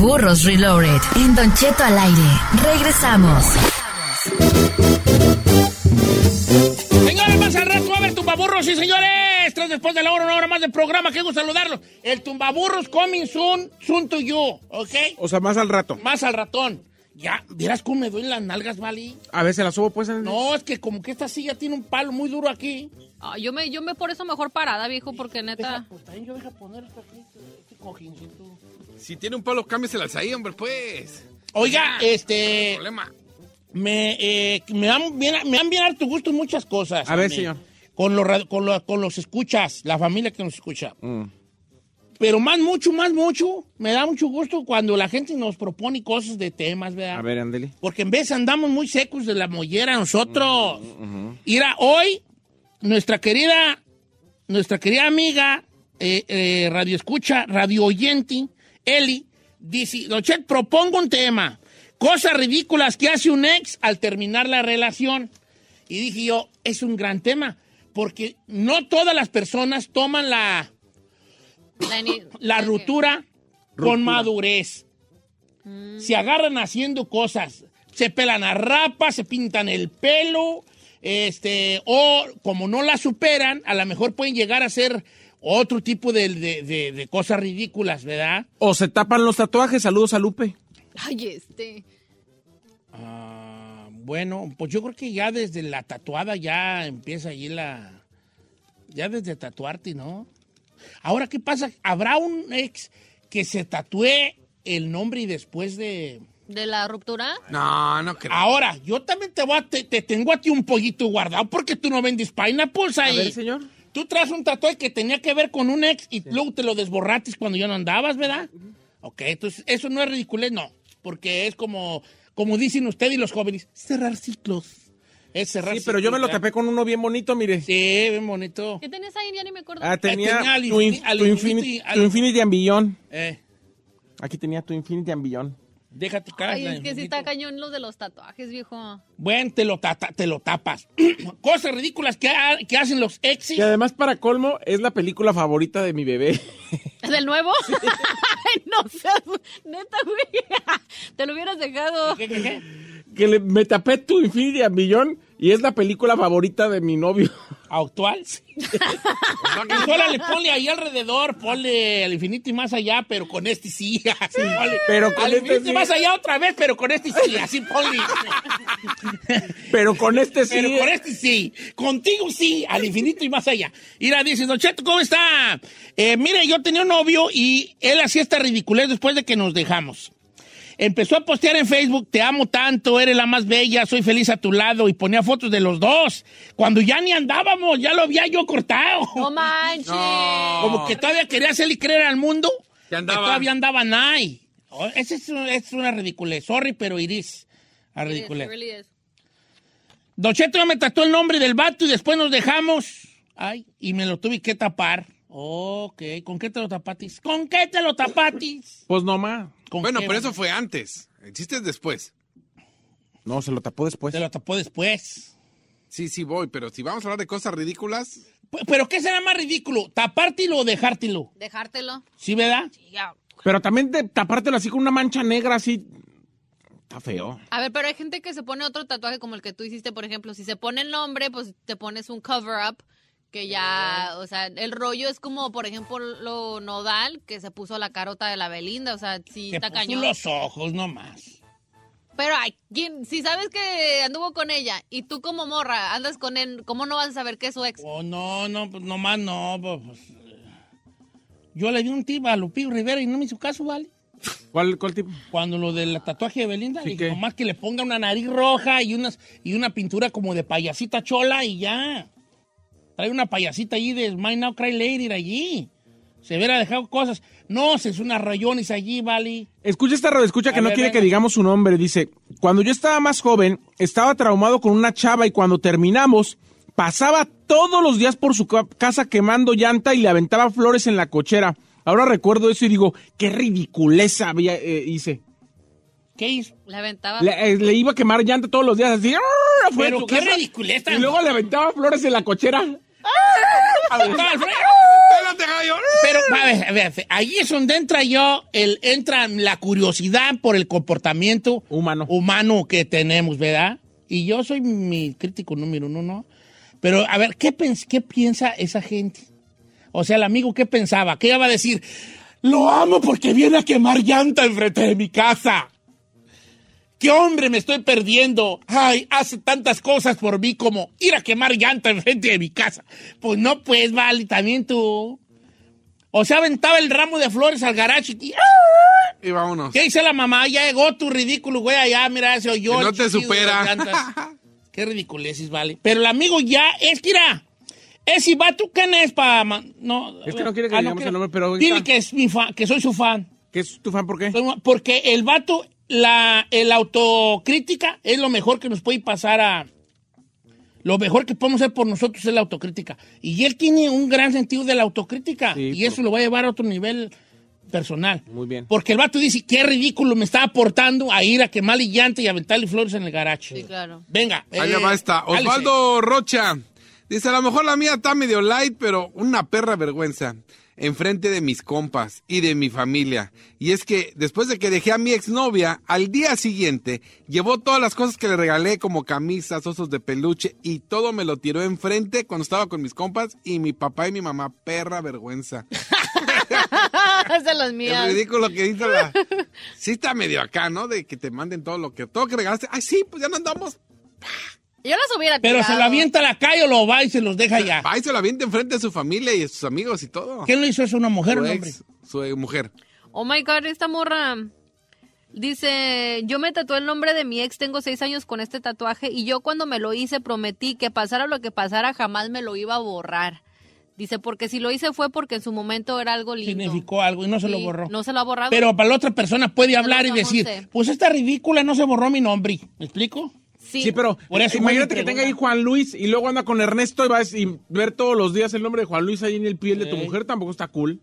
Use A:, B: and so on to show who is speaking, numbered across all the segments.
A: Burros Reloaded. En Don Cheto al aire. Regresamos.
B: Señores, más al rato va a ver tumbaburros, sí, señores. Tras después de la hora, una hora más de programa. Qué gusto saludarlos. El tumbaburros coming soon, soon to you, ¿ok?
C: O sea, más al rato.
B: Más al ratón. Ya, ¿vieras cómo me duelen las nalgas, Vali?
C: A ver, se la subo, pues.
B: No, es que como que esta silla tiene un palo muy duro aquí.
D: Ah, yo me, yo me por eso mejor parada, viejo, porque neta.
B: Deja, pues también yo deja poner hasta aquí este, este cojincito.
E: Si tiene un palo, cámbiasela ahí, hombre, pues.
B: Oiga, este,
E: Problema.
B: me, eh, me dan bien, me dan bien harto gusto muchas cosas.
C: A ver,
B: mí.
C: señor.
B: Con los, ra- con, los- con los escuchas, la familia que nos escucha. Pero más mucho, más mucho, me da mucho gusto cuando la gente nos propone cosas de temas, ¿verdad?
C: A ver, Andeli.
B: Porque en vez andamos muy secos de la mollera
C: Mm.
B: nosotros. Mira, hoy nuestra querida, nuestra querida amiga, eh, eh, Radio Escucha, Radio Oyente, Eli, dice, Dochet, propongo un tema. Cosas ridículas que hace un ex al terminar la relación. Y dije yo, es un gran tema, porque no todas las personas toman la,
D: La, ni-
B: la
D: de que-
B: ruptura con madurez. Se agarran haciendo cosas. Se pelan a rapa, se pintan el pelo. Este, o como no la superan, a lo mejor pueden llegar a hacer otro tipo de, de- de- de cosas ridículas, ¿verdad?
C: O se tapan los tatuajes. Saludos a Lupe.
D: Ay, este.
B: Ah, bueno, pues yo creo que ya desde la tatuada ya empieza allí la. Ya desde tatuarte, ¿no? Ahora, ¿qué pasa? ¿Habrá un ex que se tatúe el nombre y después de.?
D: ¿De la ruptura?
E: No, no creo.
B: Ahora, yo también te, voy a- te, te tengo a ti un pollito guardado porque tú no vendes pineapples
C: A
B: ahí.
C: ver, señor.
B: Tú traes un tatuaje que tenía que ver con un ex y luego te lo desborrates cuando ya no andabas, ¿verdad? Ok, entonces eso no es ridiculez, no. Porque es como, como dicen ustedes y los jóvenes, cerrar ciclos. Es cerrar
C: Sí, pero yo me lo
B: ciclos,
C: tapé con uno bien bonito, mire.
B: Sí, bien bonito.
D: ¿Qué tenés ahí? Ya ni me acuerdo.
C: Ah, tenía,
B: tenía al
C: tu,
B: infi-
C: in-
B: al
C: tu
B: infinito
C: infini-
B: y al-
C: tu Infinity Ambillón.
B: Eh,
C: Aquí tenía tu Infinity Ambillón.
B: déjate caer.
D: Ay, es que sí
B: bonito.
D: está cañón lo de los tatuajes, viejo.
B: Bueno, te lo, tata- te lo tapas. Cosas ridículas que, ha- que hacen los exes.
C: Y además, para colmo, es la película favorita de mi bebé.
D: ¿Del nuevo? Ay, no seas. Neta, güey. Te lo hubieras dejado. Este,
B: ¿Qué, qué, qué?
C: que le- me tapé tu Infinity Ambillón y es la película favorita de mi novio.
B: ¿Actual? Y sola le ponle ahí alrededor, ponle al infinito y más allá, pero con este sí. Así ponle.
C: pero con
B: al
C: este
B: infinito y
C: sí.
B: más allá otra vez, pero con este sí. Así ponle.
C: Pero con este sí.
B: Pero con este sí. Contigo sí, al infinito y más allá. Y la dice, Don Cheto, ¿cómo está? Eh, mire, yo tenía un novio y él hacía esta ridiculez después de que nos dejamos. Empezó a postear en Facebook, te amo tanto, eres la más bella, soy feliz a tu lado, y ponía fotos de los dos. Cuando ya ni andábamos, ya lo había yo cortado.
D: No manches.
B: Como que todavía quería hacerle creer al mundo
E: Que andaba.
B: todavía andaba ahí. Oh, Esa es, un- es una ridiculez. Sorry, pero iris. A ridiculez.
D: Really is.
B: Don Cheto ya me trató el nombre del vato y después nos dejamos. Ay, y me lo tuve que tapar. Ok, ¿con qué te lo tapatis? ¿Con qué te lo tapatis?
C: Pues no más.
B: ¿Con
E: Bueno,
B: qué,
E: pero eso
B: vale?
E: fue antes. El chiste es después.
C: No, se lo tapó después.
B: Se lo tapó después.
E: Sí, sí voy, pero si vamos a hablar de cosas ridículas,
B: P- ¿Pero qué será más ridículo? ¿Tapártelo o dejártelo?
D: Dejártelo.
B: ¿Sí, verdad?
D: Ya.
C: Pero también de tapártelo así con una mancha negra así. Está feo.
D: A ver, pero hay gente que se pone otro tatuaje como el que tú hiciste, por ejemplo. Si se pone el nombre, pues te pones un cover-up Que ya, o sea, el rollo es como, por ejemplo, lo nodal que se puso la carota de la Belinda, o sea, sí
B: Se
D: está
B: puso
D: cañón.
B: los ojos nomás.
D: Pero ay, ¿quién? si sabes que anduvo con ella y tú como morra andas con él, ¿cómo no vas a saber que es su ex?
B: Oh, no, no, pues nomás no. Pues, yo le di un tip a Lupillo Rivera y no me hizo caso, ¿vale?
C: ¿Cuál, cuál tipo?
B: Cuando lo del tatuaje de Belinda,
C: Sí,
B: dije,
C: ¿qué?
B: nomás que le ponga una nariz roja y, unas, y una pintura como de payasita chola y ya. Trae una payasita allí de My Now Cry Lady allí. Se hubiera dejado cosas. No, se es unas rayones allí, ¿vale?
C: Escucha esta radio, escucha
B: A
C: que no
B: ver,
C: quiere
B: venga.
C: que digamos su nombre. Dice, cuando yo estaba más joven, estaba traumado con una chava y cuando terminamos, pasaba todos los días por su ca- casa quemando llanta y le aventaba flores en la cochera. Ahora recuerdo eso y digo, qué ridiculeza había, eh, hice.
B: ¿Qué hizo?
D: Le aventaba.
C: Le, eh, le iba a quemar llanta todos los días, así. ¡ah! Fue
B: Ah.
C: a
B: Pero
C: su
B: qué
C: casa
B: ridiculez tan-
C: Y luego le aventaba flores en la cochera.
B: Estaba al frente.
E: ¡Espérate, gallo!
B: Pero, a ver, a ver, a ver, ahí es donde entra yo, el, entra la curiosidad por el comportamiento
C: Humano.
B: humano que tenemos, ¿verdad? Y yo soy mi crítico número uno, ¿no? Pero, a ver, ¿qué, pens- qué piensa esa gente? O sea, el amigo, ¿qué pensaba? ¿Qué iba a decir? Lo amo porque viene a quemar llanta enfrente de mi casa. ¡Qué hombre me estoy perdiendo! ¡Ay, hace tantas cosas por mí como ir a quemar llanta enfrente de mi casa! Pues no, pues, vale, también tú. O sea, aventaba el ramo de flores al garaje y... ¡ah!
E: Y vámonos.
B: ¿Qué dice la mamá? Ya llegó tu ridículo, güey, allá, mira, se oyó.
E: Que no
B: el
E: te
B: chillido
E: supera.
B: de las llantas. Qué ridiculeces, vale. Pero el amigo ya es que irá. Ese vato, ¿quién es para...? No,
C: Es que no quiere que digamos
B: quiere.
C: el nombre, pero ahí
B: Dile
C: está.
B: que, es mi fan, que soy su fan.
C: ¿Qué es tu fan por qué?
B: Soy un- Porque el vato, la el autocrítica es lo mejor que nos puede pasar a... Lo mejor que podemos hacer por nosotros es la autocrítica. Y él tiene un gran sentido de la autocrítica.
C: Sí,
B: y eso
C: por-
B: lo va a llevar a otro nivel personal.
C: Muy bien.
B: Porque el vato dice, qué ridículo me está aportando a ir a quemarle llanta y aventarle flores en el garaje.
D: Sí, claro.
B: Venga.
E: Ahí
B: eh,
E: le va esta.
B: Alice.
E: Osvaldo Rocha. Dice, a lo mejor la mía está medio light, pero una perra vergüenza. Enfrente de mis compas y de mi familia. Y es que después de que dejé a mi exnovia, al día siguiente llevó todas las cosas que le regalé, como camisas, osos de peluche, y todo me lo tiró enfrente cuando estaba con mis compas y mi papá y mi mamá. Perra vergüenza.
D: Esa es las mías.
E: Es ridículo que dice la. Sí, está medio acá, ¿no? De que te manden todo lo que. Todo que regalaste. Ay, sí, pues ya no andamos.
D: Yo las hubiera
B: Pero se
D: tirado.
B: lo avienta a la calle o lo va y se los deja ya.
E: Ahí se la avienta enfrente de su familia y de sus amigos y todo.
B: ¿Quién lo hizo eso? ¿Una mujer o
E: su,
B: un hombre?
E: ex, su ex mujer.
D: Oh my God, esta morra. Dice, yo me tatué el nombre de mi ex, tengo seis años con este tatuaje y yo cuando me lo hice prometí que pasara lo que pasara jamás me lo iba a borrar. Dice, porque si lo hice fue porque en su momento era algo lindo.
B: Significó algo y no se lo
D: Sí,
B: borró.
D: No se lo ha borrado.
B: Pero para la otra persona puede hablar y
D: Saludos a
B: decir,
D: Monse.
B: pues esta ridícula no se borró mi nombre. ¿Me explico?
D: sí.
C: Sí, pero
B: Por eso,
C: imagínate
B: güey,
C: que
B: pregunta.
C: tenga ahí Juan Luis y luego anda con Ernesto y vas y ver todos los días el nombre de Juan Luis ahí en el piel de tu
B: Sí.
C: mujer tampoco está cool.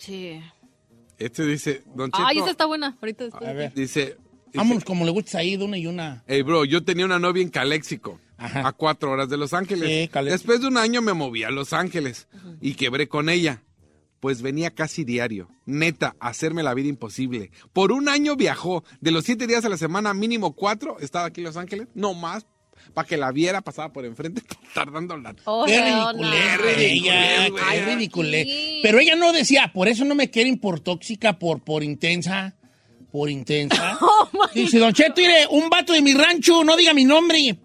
D: Sí.
E: Este dice, Don Cheto.
D: Ay, esa está buena. Ahorita después.
B: A ver.
E: Dice.
B: Vámonos como le gusta ahí de una y una.
E: Hey, bro, yo tenía una novia en Caléxico,
B: Ajá.
E: a cuatro horas de Los Ángeles.
B: Sí, Caléxico.
E: Después de un año me moví a Los Ángeles y quebré con ella. Pues venía casi diario, neta, a hacerme la vida imposible. Por un año viajó, de los siete días a la semana, mínimo cuatro, estaba aquí en Los Ángeles, no más, para que la viera, pasaba por enfrente, tardando la...
D: Oh,
B: Qué
D: Leona.
B: ridiculez,
E: Qué ridiculez,
B: ella,
E: güey.
B: qué ridiculez.
D: Sí.
B: Pero ella no decía, por eso no me quieren por tóxica, por, por intensa, por intensa. Dice, Don Cheto, mire, un vato de mi rancho, no diga mi nombre.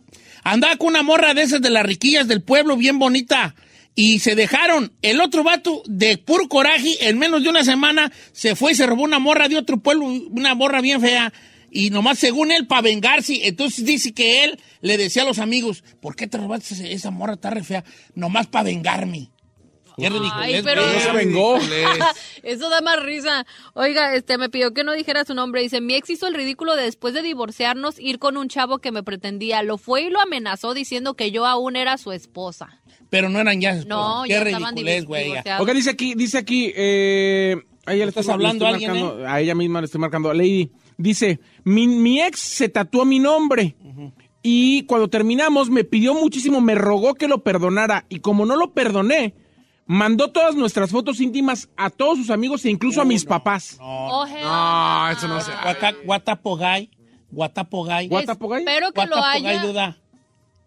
B: Andaba con una morra de esas de las riquillas del pueblo, bien bonita. Y se dejaron. El otro vato, de puro coraje, en menos de una semana, se fue y se robó una morra de otro pueblo, una morra bien fea. Y nomás según él, para vengarse. Entonces dice que él le decía a los amigos, ¿por qué te robaste ese- esa morra tan re fea? Nomás para vengarme. Qué ridiculez,
D: pero-
B: güey.
C: No se vengó.
D: Eso da más risa. Oiga, este me pidió que no dijera su nombre. Dice, mi ex hizo el ridículo de después de divorciarnos ir con un chavo que me pretendía. Lo fue y lo amenazó diciendo que yo aún era su esposa.
B: Pero no eran ya esposas.
D: No,
B: Qué
D: ya estaban
B: ridiculez, güey. ya.
D: divorciados.
C: Ok, dice aquí, dice aquí, eh, a ella le
B: ¿Estás
C: estoy- le
B: hablando
C: estoy
B: a alguien, eh?
C: marcando- a ella misma le estoy marcando, a Lady. Dice, mi, mi ex se tatuó mi nombre y cuando terminamos me pidió muchísimo, me rogó que lo perdonara y como no lo perdoné, mandó todas nuestras fotos íntimas a todos sus amigos e incluso a mis papás.
B: No,
D: Oh, hell.
E: No, eso no se
B: guata- guatapo guy, guatapo guy.
C: Guatapo gay.
D: Espero que lo
B: Guatapo guy
D: haya.
B: duda.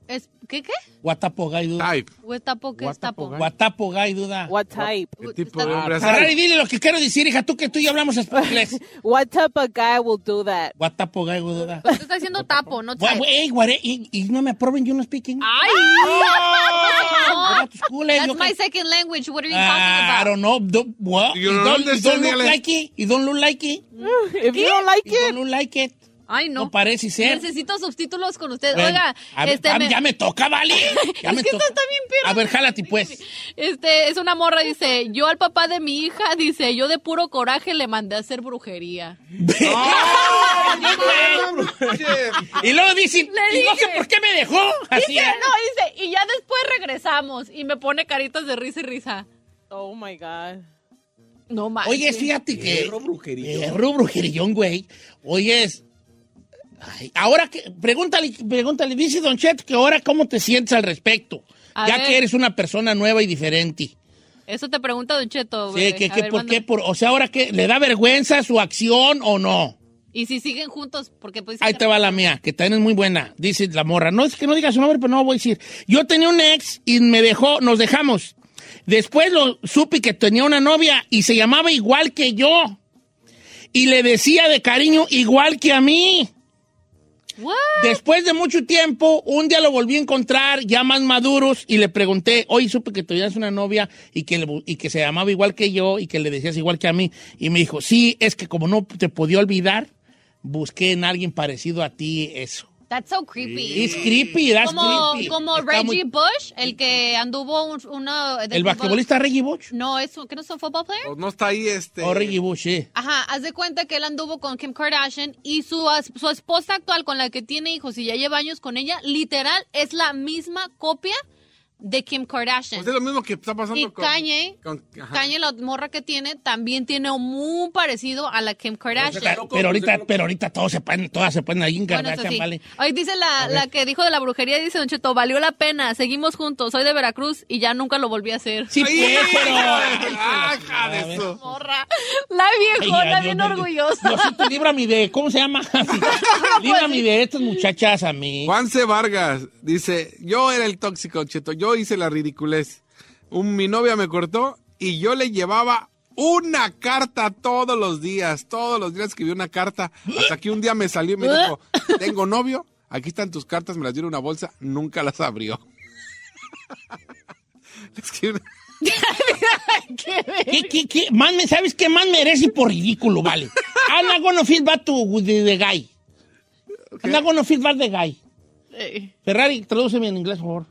D: Es, ¿Qué, qué?
B: Guatapo gay duda.
E: Type.
D: Huestapo, ¿qué es tapo?
B: Guatapo gay duda.
F: What type?
E: ¿Qué tipo de hombre es?
B: Ferrari, dile lo que quiero decir, hija, tú que tú y yo hablamos inglés.
F: What type of guy will do that?
B: Guatapo gay duda.
D: Usted está diciendo tapo, no
B: Gua-
D: type.
B: Ey, guare, y, y no me aprueben, yo no speaking.
D: ¡Ay!
B: Ah,
D: No.
B: tus culas, yo
D: That's my
B: que-
D: second language. What are you
B: Ah, I don't
D: talking about?
B: know. Don't, what?
E: You don't
B: don't, you don't
E: understand
B: look
E: English.
B: like it. You don't look like it. You
F: If you don't like
B: don't
F: it,
B: look like it.
D: Ay,
B: No,
D: no.
B: parece ser.
D: Necesito subtítulos con usted.
B: Bueno,
D: Oiga,
B: a ver,
D: este,
B: a-
D: me-
B: ya me toca, ¿vale? Ya
D: Es
B: me
D: que
B: toca.
D: esto está bien perro.
B: A ver, jálate, pues.
D: este, es una morra, dice, yo al papá de mi hija, dice, yo de puro coraje le mandé a hacer brujería.
B: y luego dicen,
D: Le
B: y no sé
D: dije.
B: por qué me dejó. Así
D: Dice,
B: ¿eh?
D: no, dice, y ya después regresamos. Y me pone caritas de risa y risa.
F: oh my god.
D: No manches.
B: Oye, fíjate que...
C: Perro brujerillón.
B: Perro brujerillón, güey. Oye, es... Ay, ahora que... Pregúntale, pregúntale, dice Don Chet, que ahora cómo te sientes al respecto.
D: A
B: ya
D: ver.
B: que eres una persona nueva y diferente.
D: Eso te pregunta Don Cheto.
B: Sí,
D: güey.
B: que,
D: A
B: que
D: ver,
B: por
D: manda-
B: qué, por, o sea, ahora que le da vergüenza su acción o no.
D: Y si siguen juntos, porque pues...
B: Ahí te va la mía, que también es muy buena, dice la morra. No es que no diga su nombre, pero no lo voy a decir. Yo tenía un ex y me dejó, nos dejamos. Después lo supe que tenía una novia y se llamaba igual que yo. Y le decía de cariño igual que a mí.
D: What?
B: Después de mucho tiempo, un día lo volví a encontrar, ya más maduros, y le pregunté, hoy supe que tenías una novia y que, le bu- y que se llamaba igual que yo y que le decías igual que a mí. Y me dijo, sí, es que como no te podía olvidar, busqué en alguien parecido a ti eso.
D: That's so creepy.
B: Es creepy, that's
D: Como,
B: creepy.
D: como
B: Está
D: Reggie
B: muy-
D: Bush, el que anduvo un- uno... de
B: ¿El
D: fútbol-
B: basquetbolista Reggie Bush?
D: No, es, un- ¿que no es un football player?
E: O No está ahí este.
B: O Reggie Oh, Bush, sí.
D: Ajá, haz de cuenta que él anduvo con Kim Kardashian y su, as- su esposa actual con la que tiene hijos y ya lleva años con ella, literal, es la misma copia de Kim Kardashian.
E: Pues es lo mismo que está pasando
D: y
E: con.
D: Kanye,
E: con- ajá.
D: Kanye, la morra que tiene, también tiene muy parecido a la Kim Kardashian.
B: Pero, ahorita, pero ahorita todos se ponen, todas se ponen ahí en
D: Bueno,
B: Kardashian,
D: eso sí.
B: ¿vale?
D: Hoy dice la, la que dijo de la brujería, dice Don Cheto, valió la pena, seguimos juntos, soy de Veracruz y ya nunca lo volví a hacer.
B: Sí,
E: ¡Ay,
B: pues, pero...
E: ajá de eso!
D: Morra, la
B: Ay,
D: viejona,
B: ay,
D: bien
B: Dios mío.
D: orgullosa.
B: Diosito, líbrame de, ¿cómo se llama? líbrame de estas muchachas a mí.
E: Juanse Vargas dice: Yo era el tóxico, cheto. Yo hice la ridiculez. Un, mi novia me cortó y yo le llevaba una carta todos los días. Todos los días escribí una carta. Hasta que un día me salió y me dijo: Tengo novio. Aquí están tus cartas. Me las dio en una bolsa. Nunca las abrió. Le escribí una-
B: ¿Qué, qué, qué? Más me, ¿Sabes qué más merece por ridículo, vale? I'm not gonna feel bad to the, the guy. I'm not gonna feel bad the guy.
D: Eh,
B: Ferrari, tradúceme en inglés, por favor.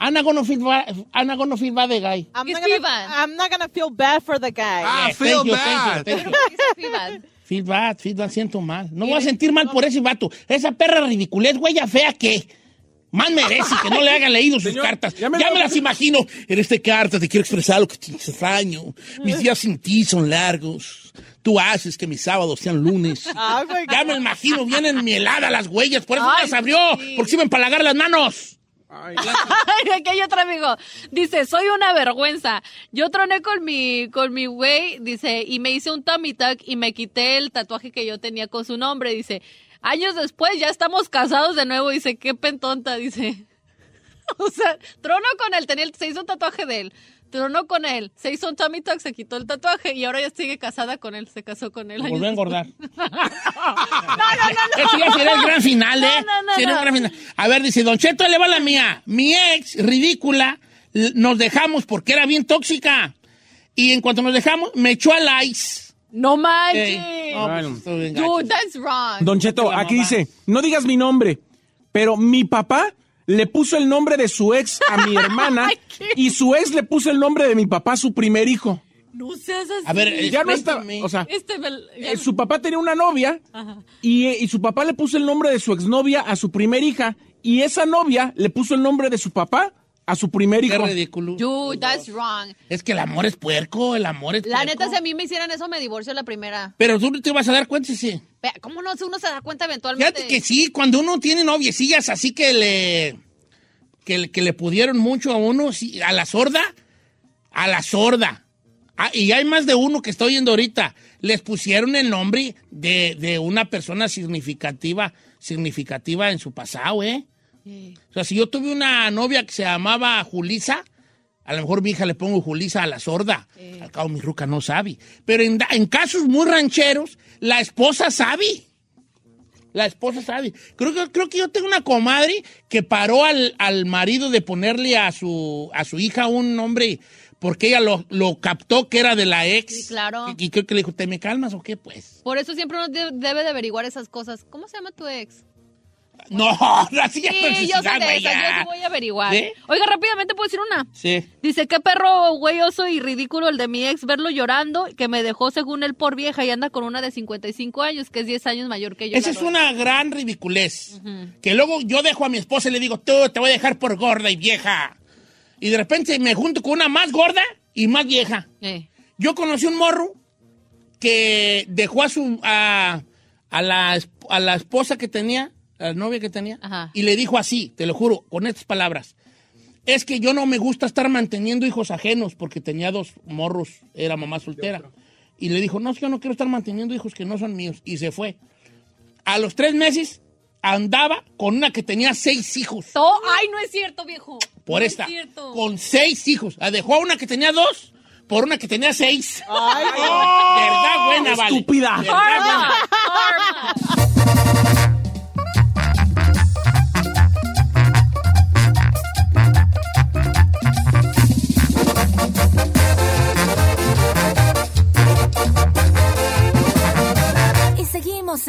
B: I'm not gonna feel bad, I'm not gonna feel bad the guy.
F: I'm
D: He's
F: not, gonna,
D: Steven.
F: I'm not gonna feel bad for the guy.
E: Ah,
B: Eh,
E: feel
B: thank you,
E: bad.
B: thank you, thank you.
D: sí, va.
B: Feel bad, feel bad, siento mal. No voy a sentir mal por ese vato. Esa perra ridiculez, huella fea que más merece que no le hayan leído sus
C: Señor,
B: cartas. Ya
C: ya
B: me,
C: me lo-
B: las imagino. En esta carta te quiero expresar lo que te extraño. Mis días sin ti son largos. Tú haces que mis sábados sean lunes.
F: Ay, my
B: Ya me
F: God.
B: imagino, vienen mieladas las huellas. Por eso no
D: Ay,
B: las abrió, porque se iba a empalagar las manos.
D: Ay, aquí hay otro amigo. Dice, soy una vergüenza. Yo troné con mi, con mi güey, dice, y me hice un tummy tuck y me quité el tatuaje que yo tenía con su nombre, dice. Años después ya estamos casados de nuevo, dice, qué pentonta, dice. O sea, trono con él, tenía el- se hizo un tatuaje de él. Trono con él, se hizo un tummy tuck, se quitó el tatuaje y ahora ya sigue casada con él, se casó con él.
B: Me
D: años
B: volvió a
D: después.
B: engordar. Eso ya sería el gran final, ¿eh?
D: No, no, no,
B: Sería el
D: no.
B: gran final. A ver, dice, Don Cheto, ahí le va la mía. Mi ex, ridícula, l- nos dejamos porque era bien tóxica. Y en cuanto nos dejamos, me echó al ice.
D: No manches.
B: Eh, no, pues, estuvo bien gacho.
D: Dude, that's wrong.
C: Don Cheto,
B: pues, la
C: aquí
B: mamá.
C: dice, no digas mi nombre, pero mi papá le puso el nombre de su ex a mi hermana y su ex le puso el nombre de mi papá a su primer hijo.
D: no seas así.
B: A ver, eh,
C: Ya no está,
B: explícame.
C: o sea,
D: Este me- ya-
C: eh, su papá tenía una novia
B: Ah.
C: y, eh, y su papá le puso el nombre de su exnovia a su primer hija y esa novia le puso el nombre de su papá a su primer
B: Qué
C: hijo.
B: ridículo.
D: Dude, that's wrong.
B: Es que el amor es puerco, el amor es
D: La
B: puerco.
D: neta, si a mí me hicieran eso, me divorcio la primera.
B: Pero tú no te vas a dar cuenta, sí.
D: Vea, ¿Cómo no? Si uno se da cuenta eventualmente.
B: Fíjate que sí, cuando uno tiene noviecillas así que le que, le- que le pudieron mucho a uno, sí, a la sorda, a la sorda. Ah, y hay más de uno que está oyendo ahorita. Les pusieron el nombre de, de una persona significativa, significativa en su pasado, ¿eh? O sea, si yo tuve una novia que se llamaba Julisa, a lo mejor mi hija le pongo Julisa a la sorda. Al cabo mi ruca no sabe. Pero en, da- en casos muy rancheros, la esposa sabe. La esposa sabe. Creo que, creo que yo tengo una comadre que paró al, al marido de ponerle a su, a su hija un nombre porque ella lo, lo captó que era de la ex.
D: Sí, claro.
B: Y, y creo que le dijo, ¿te me calmas o qué? Pues.
D: Por eso siempre uno de- debe de averiguar esas cosas. ¿Cómo se llama tu ex?
B: No, así ya no
D: Sí,
B: es
D: yo sé
B: Ah, necesidad,
D: de
B: güey,
D: esas,
B: ya.
D: yo sí voy a averiguar.
B: ¿Sí?
D: Oiga, rápidamente puedo decir una.
B: Sí.
D: Dice, qué perro güeyoso y ridículo el de mi ex verlo llorando, que me dejó según él por vieja y anda con una de 55 años, que es 10 años mayor que yo.
B: Esa
D: la
B: es
D: Lola".
B: una gran ridiculez. Que luego yo dejo a mi esposa y le digo, tú te voy a dejar por gorda y vieja. Y de repente me junto con una más gorda y más vieja.
D: Eh.
B: Yo conocí un morro que dejó a su a, a la, esp- a la esposa que tenía, a la novia que tenía,
D: Ajá.
B: y le dijo así, te lo juro, con estas palabras. Es que yo no me gusta estar manteniendo hijos ajenos porque tenía dos morros, era mamá soltera. Y le dijo, no, es que yo no quiero estar manteniendo hijos que no son míos. Y se fue. A los tres meses andaba con una que tenía seis hijos.
D: To- Oh, Ay, no es cierto, viejo.
B: Por
D: No
B: esta.
D: Es cierto.
B: Con seis hijos. La dejó a una que tenía dos por una que tenía seis.
F: Ay,
B: Verdad buena, vale.
C: Estúpida.
B: Verdad buena.
D: Karma.
G: Y seguimos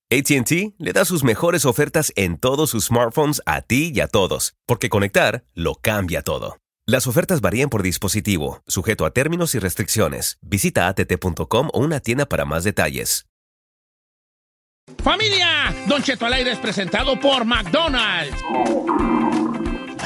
H: ATT le da sus mejores ofertas en todos sus smartphones a ti y a todos, porque conectar lo cambia todo. Las ofertas varían por dispositivo, sujeto a términos y restricciones. Visita att.com o una tienda para más detalles.
B: Familia, Don Cheto al aire es presentado por McDonald's.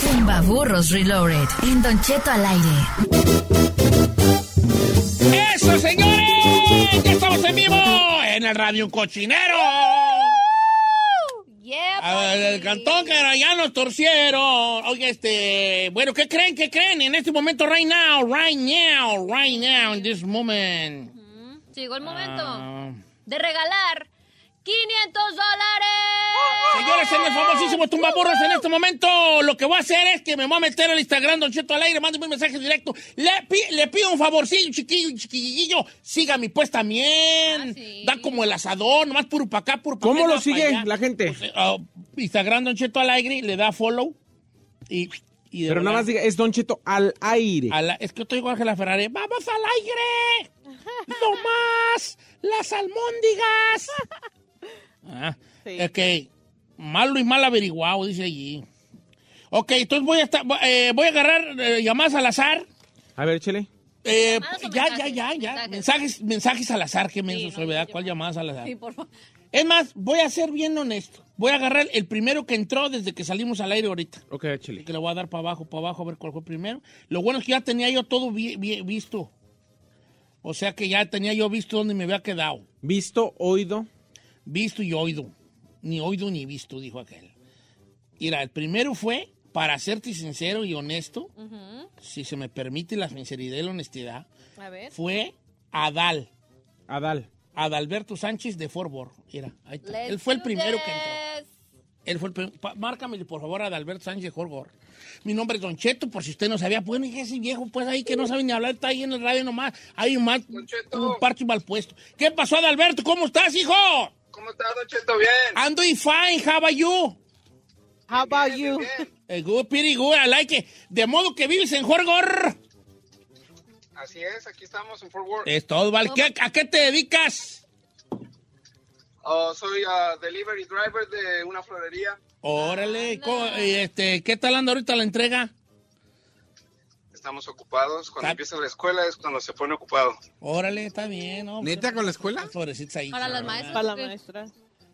A: Tumbaburros Reloaded. En Don Cheto al aire.
B: ¡Eso, señores! ¡Ya estamos en vivo! En el Radio Un Cochinero.
D: Yeah,
B: A ver,
D: buddy.
B: el cantón que era, ya nos torcieron. Oye, este. Bueno, ¿qué creen? ¿Qué creen? En este momento, right now, right now, right now, in this moment.
D: Mm, Llegó el momento
B: Ah.
D: de regalar 500 dólares.
B: Señores, en el famosísimo Tumbaburros en este momento, lo que voy a hacer es que me voy a meter al Instagram, Don Cheto al aire, mándeme un mensaje directo. Le, pi- le pido un favorcillo, chiquillo, chiquillo. Sígame, pues también.
D: Ah, sí.
B: Da como el asadón, nomás puro para acá, puro para
C: ¿Cómo lo sigue la gente?
B: Pues, eh, ah, Instagram, Don Cheto al aire, le da follow. Y, y de
C: Pero nada
B: verdad-
C: más diga, es Don Cheto al aire.
B: a la- es que estoy igual que la Ferrari. ¡Vamos al aire! ¡No más! ¡Las almóndigas! Ah,
F: Sí.
B: Ok. Malo y mal averiguado, dice allí. Ok, entonces voy a, estar- eh, voy a agarrar eh, llamadas al azar.
C: A ver, chele.
B: Eh,
D: ¿Llamadas
B: ya,
D: o
B: ya,
D: mensajes?
B: ya, ya.
D: Mensajes.
B: Mensajes, mensajes al azar, qué menso soy, ¿verdad? ¿Cuál llamadas al azar?
D: Sí, por favor.
B: Es más, voy a ser bien honesto. Voy a agarrar el primero que entró desde que salimos al aire ahorita.
C: Ok, chele.
B: Que le voy a dar para abajo, para abajo, a ver cuál fue primero. Lo bueno es que ya tenía yo todo vi- vi- visto. O sea que ya tenía yo visto dónde me había quedado.
C: Visto, oído.
B: Visto y oído. Ni oído ni visto, dijo aquel. Mira, el primero fue, para serte sincero y honesto, si se me permite la sinceridad y la honestidad,
D: A ver.
B: fue Adal.
C: Adal.
B: Adalberto Sánchez de Forbor. Mira, ahí está.
D: Let's
B: Él fue el
D: do
B: primero que entró.
D: this.
B: Él fue el primer- pa- Márcamele, por favor, a Adalberto Sánchez Jorgor. Mi nombre es Don Cheto, por si usted no sabía. Bueno, y ese viejo, pues ahí que no sabe ni hablar, está ahí en el radio nomás. Hay un, mal, un parche mal puesto. ¿Qué pasó, Adalberto? ¿Cómo estás, hijo?
I: ¿Cómo estás, Don Cheto? Bien.
B: Ando y fine, how are you?
F: How about you?
B: Eh, good, pretty good, I like it. De modo que vives en Jorgor.
I: Así es, aquí estamos en Fort Worth.
B: Es todo, Val. ¿Qué- ¿A qué te dedicas?
I: Oh, soy ah, delivery driver de una florería.
D: Ah,
B: Órale, co- eh, este, ¿qué tal anda ahorita la entrega?
I: Estamos ocupados. Cuando empieza la escuela es cuando se pone ocupado.
B: Órale, está bien. ¿no?
E: ¿Neta con la escuela?
B: Las florecitas ahí.
D: Para las
F: Para
D: maestras.
F: la
D: ¿qué?
F: maestra.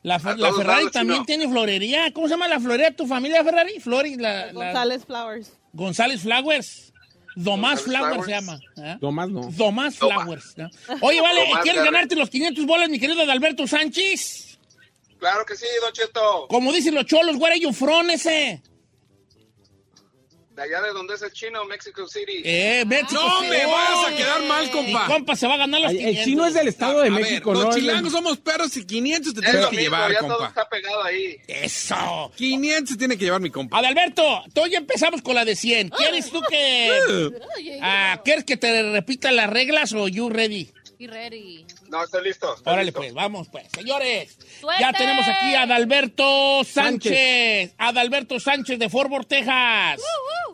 B: La, Fer-
I: A
B: la
I: todos
B: Ferrari
I: lados,
B: también
I: chino.
B: tiene florería. ¿Cómo se llama la florería de tu familia, Ferrari? Flori, la, la-
F: González Flowers.
B: González Flowers. Domás
I: González Flowers.
B: Flowers, se llama. ¿eh?
C: Tomás no.
B: Domás
I: Doma.
B: Flowers. ¿no? Oye, vale,
I: Domás
B: ¿quieres
I: Garrett.
B: ganarte los 500 bolas, mi querido Adalberto Sánchez?
I: Claro que sí, Don Cheto.
B: Como dicen los cholos, where are you from, ese?
I: De allá de donde es el chino, Mexico City.
B: Eh, México.
E: No
B: sí.
E: me vas a quedar mal,
B: Mi
E: compa.
B: compa se va a ganar los
C: Ay,
B: 500.
C: El chino es del Estado de
E: a ver,
C: México,
E: los
C: ¿no?
E: chilangos somos perros y 500 te
I: es
E: tienes
I: lo
E: que
I: mismo,
E: llevar,
I: ya todo
E: compa.
I: está pegado ahí.
B: Eso.
E: 500 se tiene que llevar mi compa.
B: Adalberto, tú ya empezamos con la de 100. ¿Quieres tú que... ah, ¿Quieres que te repita las reglas o you ready?
D: Y ready.
I: No, estoy listo. estoy
B: Órale
I: listo.
B: pues, vamos pues. Señores, ya
D: ¡Suerte!
B: tenemos aquí a Adalberto Sánchez.
C: Sánchez.
B: Adalberto Sánchez de Fort Worth, Texas,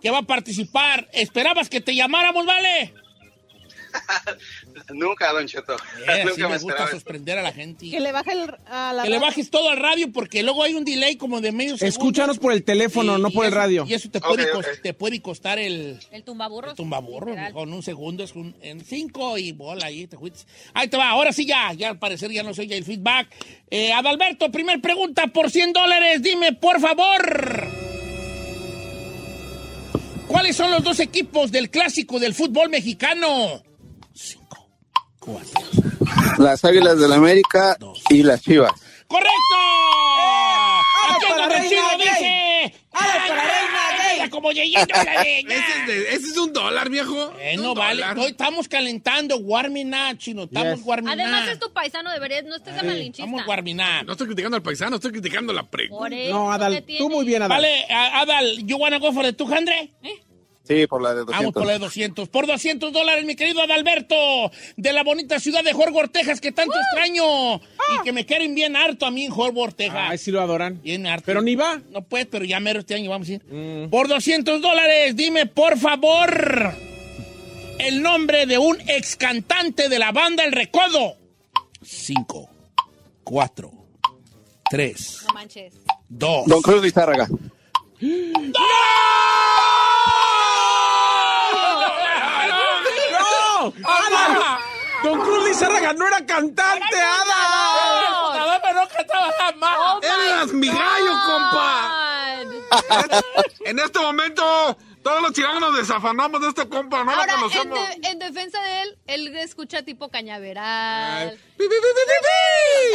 B: que va a participar. ¿Esperabas que te llamáramos, vale?
I: Nunca, Don Cheto.
B: Eh, sí
I: Nunca
B: me
I: me
B: gusta
I: esperaba.
B: sorprender a la gente.
F: Que le baje el, a la
B: Que le
F: radio.
B: bajes todo al radio porque luego hay un delay como de medio segundo.
C: Escúchanos por el teléfono,
B: Y-
C: no
B: y
C: por el
B: eso-
C: radio.
B: Y eso te
I: Ok,
B: puede,
I: ok.
B: cos- te puede costar el...
D: El tumbaburros.
B: El tumbaburro,
D: Literal.
B: con un segundo es un, en cinco y bola ahí te fuiste. Ahí te va, ahora sí ya, ya al parecer ya no soy ya el feedback. Eh, Adalberto, primer pregunta por 100 dólares, dime por favor. ¿Cuáles son los dos equipos del clásico del fútbol mexicano? Cinco, cuatro,
I: Las Águilas del América y las Chivas.
B: ¡Correcto! Aquí
C: para
B: anda
C: Eh, la
B: el chino,
C: reina gay!
B: dice.
C: ¡Ahora
B: ¡Ay,
C: para la reina
B: ay,
C: gay!
B: Como Yeyito, la de-
E: Ese es, de- ese es de un dólar, viejo.
B: Eh,
E: De un
B: no vale.
E: dólar.
B: Hoy estamos calentando. Guarminá, chino. Estamos
C: Yes.
B: guarminá.
D: Además es tu paisano, deberías no estés de malinchista.
B: Estamos guarminá.
E: No estoy criticando al paisano, estoy criticando la pregunta.
D: Por eso
C: No,
D: te
C: Adal, tú
D: tiene.
C: muy bien, Adal.
B: Vale, a- Adal, you wanna go for the 200?
I: Sí, por la de
B: Vamos por la de 200. Por 200 dólares, mi querido Adalberto, de la bonita ciudad de Horgor, Texas, que tanto extraño.
E: Ah.
B: Y que me quieren bien harto a mí en Horgor, Texas.
C: Ay, sí lo adoran.
B: Bien harto.
C: Pero ni va. Mm.
B: No puedes, pero ya mero este año vamos a ir. Por 200 dólares, dime por favor el nombre de un ex cantante de la banda El Recodo. 5, 4, 3,
D: No manches.
B: 2.
I: Cruz Lizárraga.
C: ¡No! ¡Ada! Don Cruz Lizárraga no era cantante, Ada.
J: Oh
E: ¡Eras mi gallo, compa!
D: God.
E: En este momento, todos los chilangos nos desafanamos de este compa, no la
D: Ahora, este- en,
E: conocemos.
D: de- en defensa de él, él escucha tipo cañaveral.
E: Bi, bi, bi, bi,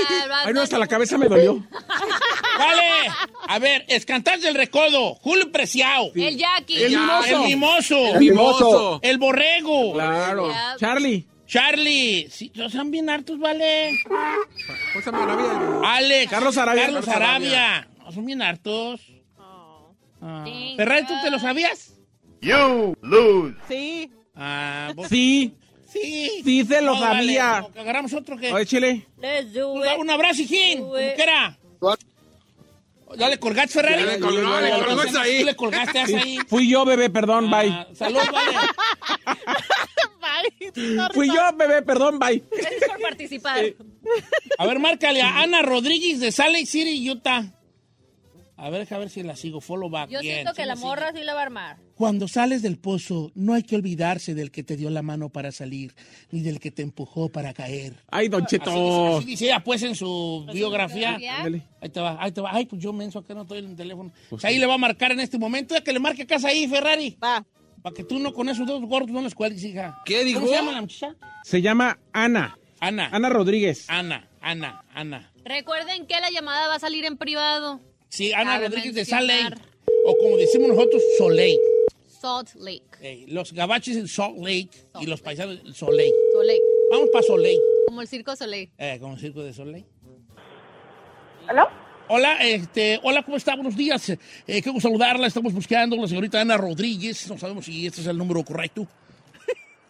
E: bi, bi.
D: tal, va-
C: Ay, no, hasta la cabeza me dolió.
B: Vale, a ver, ex cantante del Recodo, Julio Preciado,
D: El Jackie.
E: El
D: Ya.
E: mimoso.
C: Ah.
B: el Mimoso,
E: El mimoso.
B: el Borrego,
C: Claro.
D: Ya.
C: Charlie.
B: Charlie. Sí, no sean bien hartos, vale.
E: ¿Cómo se llama la vida?
B: Alex.
C: Carlos Arabia.
B: Carlos
C: Carlos
B: Arabia. No, son bien hartos. Ah.
D: Dang,
B: Ferrari, ¿tú
D: God.
B: te lo sabías?
F: Sí.
B: Ah, vos-
C: Sí.
B: sí.
C: Sí, se lo
B: No, vale,
C: sabía.
B: no, que agarramos otro que...
C: Oye, Chile.
D: Let's do
B: Un- Un abrazo, hijín. ¿Cómo que era? Dale, colgaste, Ferrari.
E: Ya le colgó, le
B: Entonces,
E: colgó esa ahí.
B: Tú le colgaste a esa ahí.
C: Fui yo, bebé, perdón,
B: Ah,
C: bye.
B: Salud, vale.
C: Fui yo, bebé, perdón, bye.
D: Gracias por participar.
B: A ver, márcale a Ana Rodríguez de Salt Lake City, Utah. A ver, a ver si la sigo. Follow back.
D: Yo
B: Bien,
D: siento
B: sí
D: que la
B: sigo.
D: morra sí la va a armar.
B: Cuando sales del pozo, no hay que olvidarse del que te dio la mano para salir, ni del que te empujó para caer.
C: Ay, Don
B: Así dice,
C: Cheto.
B: así dice ella, pues, en su biografía.
D: ¿Ya?
C: Ándale.
B: Ahí te va, ahí te va. Ay, pues yo menso, acá no estoy en el teléfono. O
C: Pues
B: sea, ahí le va a marcar en este momento. Ya que le marque a casa ahí, Ferrari.
F: Va.
B: Para que tú no con esos dos gordos no les cuelgues, hija.
E: ¿Qué dijo?
B: ¿Cómo se llama la muchacha?
C: Se llama Ana.
B: Ana. Ana,
C: Ana Rodríguez.
B: Ana, Ana. Ana.
D: Recuerden que la llamada va a salir en privado.
B: Sí, Ana
D: Cabe
B: Rodríguez de Salt
D: mencionar.
B: Lake. O como decimos nosotros, Soleil.
D: Salt Lake.
B: Eh, los gabaches en Salt Lake y los paisanos en Salt Lake.
D: Salt Lake.
B: Vamos para Soleil.
D: Como el circo Soleil.
B: Eh, como circo de Soleil.
J: ¿Aló?
B: Hola, este, hola, ¿cómo está? Buenos días. Eh, qué gusto saludarla. Estamos buscando a la señorita Ana Rodríguez. No sabemos si este es el número correcto.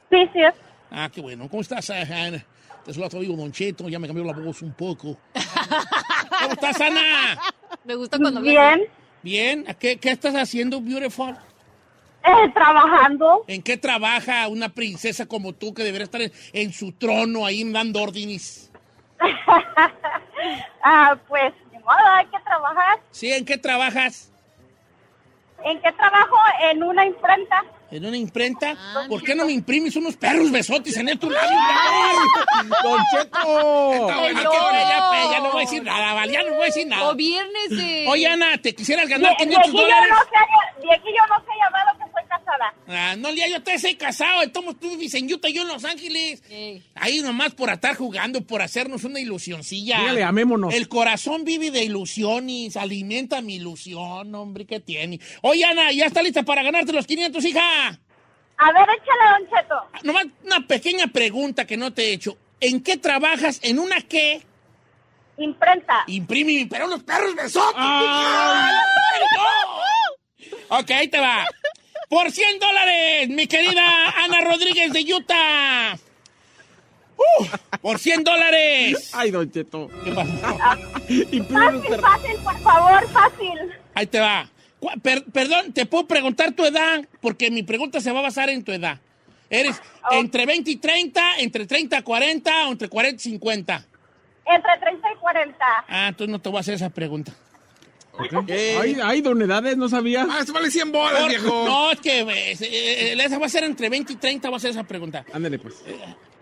J: Sí, sí es.
B: Ah, qué bueno. ¿Cómo estás, eh, Ana? Te saluda tu amigo Don Cheto. Ya me cambió la voz un poco. ¿Cómo estás, Ana?
D: Me gusta cuando me-
J: Bien.
B: Bien, ¿a ¿qué, qué estás haciendo, Beautiful?
J: Eh, trabajando.
B: ¿En qué trabaja una princesa como tú que debería estar en, en su trono ahí dando órdenes?
J: Ah, pues, ni modo, hay que trabajar.
B: ¿Sí? ¿En qué trabajas?
J: ¿En qué trabajo? En una imprenta.
B: ¿En una imprenta?
C: Ah,
B: ¿Por qué no me imprimes unos perros besotes en estos labios? cabrón?
C: ¡Don Cheto!
B: Está bueno,
D: Hello.
B: qué bueno, ya, pues, ya no voy a decir nada, vale, ya no voy a decir nada.
D: Gobiérnese.
B: Oye, Ana, ¿te quisieras
J: Y
B: ganar
J: aquí
B: 500
J: yo
B: dólares?
J: no sé, de aquí yo no sé llamar lo que soy casada.
B: Ah, no, Lía, yo te he casado, estamos tú vives en Utah, yo en Los Ángeles.
D: Ey.
B: Ahí nomás por estar jugando, por hacernos una ilusioncilla.
C: Dígale, amémonos.
B: El corazón vive de ilusiones, alimenta mi ilusión, hombre, ¿qué tiene? Oye, Ana, ¿ya está lista para ganarte los 500, hija?
J: A ver, échale, Don Cheto.
B: Ah, Nomás una pequeña pregunta que no te he hecho. ¿En qué trabajas? ¿En una qué?
J: Imprenta.
B: Imprime, pero los perros besotes. ¡No! Ok, ahí te va. Por 100 dólares, mi querida Ana Rodríguez de Utah. Uh, por 100 dólares.
C: Ay, Don Cheto.
B: ¿Qué pasó?
C: Imprime un
J: Ah, Fácil,
C: perro.
J: fácil, por favor, fácil.
B: Ahí te va. Cu- per- perdón, ¿te puedo preguntar tu edad? Porque mi pregunta se va a basar en tu edad. ¿Eres
J: Oh.
B: entre 20 y 30, entre 30 y 40 o entre 40 y 50?
J: Entre 30 y 40.
B: Ah, entonces no te voy a hacer esa pregunta.
C: Ay, ay, don Edades, no sabía.
E: Ah, eso vale 100 bolas,
B: Por-
E: viejo.
B: No, es que eh, eh, esa va a ser entre 20 y 30, va a ser esa pregunta.
C: Ándale, pues.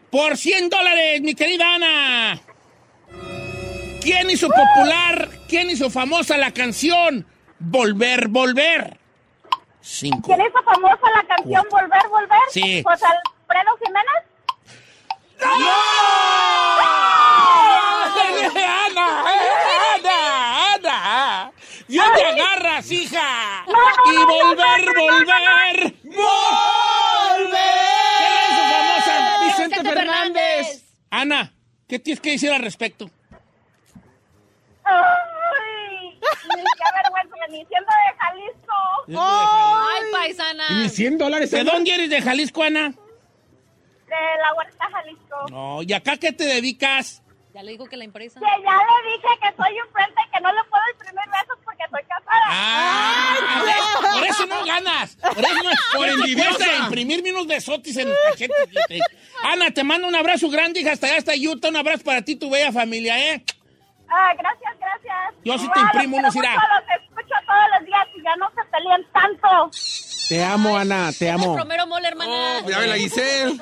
B: Por 100 dólares, mi querida Ana. ¿Quién hizo popular, quién hizo famosa la canción Volver, Volver? Cinco.
J: ¿Quién hizo famosa la canción Volver, Volver?
B: Sí.
J: José Alfredo Jiménez.
B: ¡Ana! ¡Ana! ¡Ana! ¡Ya te agarras, hija! ¡Y volver, volver!
C: ¡Volver!
B: ¿Quién la hizo famosa? Dice-
C: Vicente Fernández.
B: Ana, ¿qué tienes que decir al respecto?
J: ¡Ay! ni ¡Qué vergüenza! ¡Ni siendo de Jalisco!
D: Ay, paisana.
C: Ah. Y 100 dólares.
B: ¿De dónde eres de Jalisco, Ana?
J: De la Huerta, Jalisco.
B: No, ¿y acá qué te dedicas?
D: Ya le digo que la empresa.
J: Que ya le dije que soy imprenta y que no le puedo imprimir besos porque soy casada.
B: ¡Ah! a ver, Por eso no ganas. Por eso no Por envidiosa. imprimirme unos besotis en el cachete. fíjate. Ana, te mando un abrazo grande, hija. Hasta allá, hasta Utah. Un abrazo para ti, tu bella familia, ¿eh?
J: Ah, gracias, gracias.
B: Yo sí
J: Ah,
B: te imprimo unos,
J: los quiero
B: irá.
J: mucho, Los escucho todos los días y ya no se pelean tanto.
C: Te amo, Ana, te amo.
D: Romero Mole, hermana.
E: Oh, Ya ve la Giselle.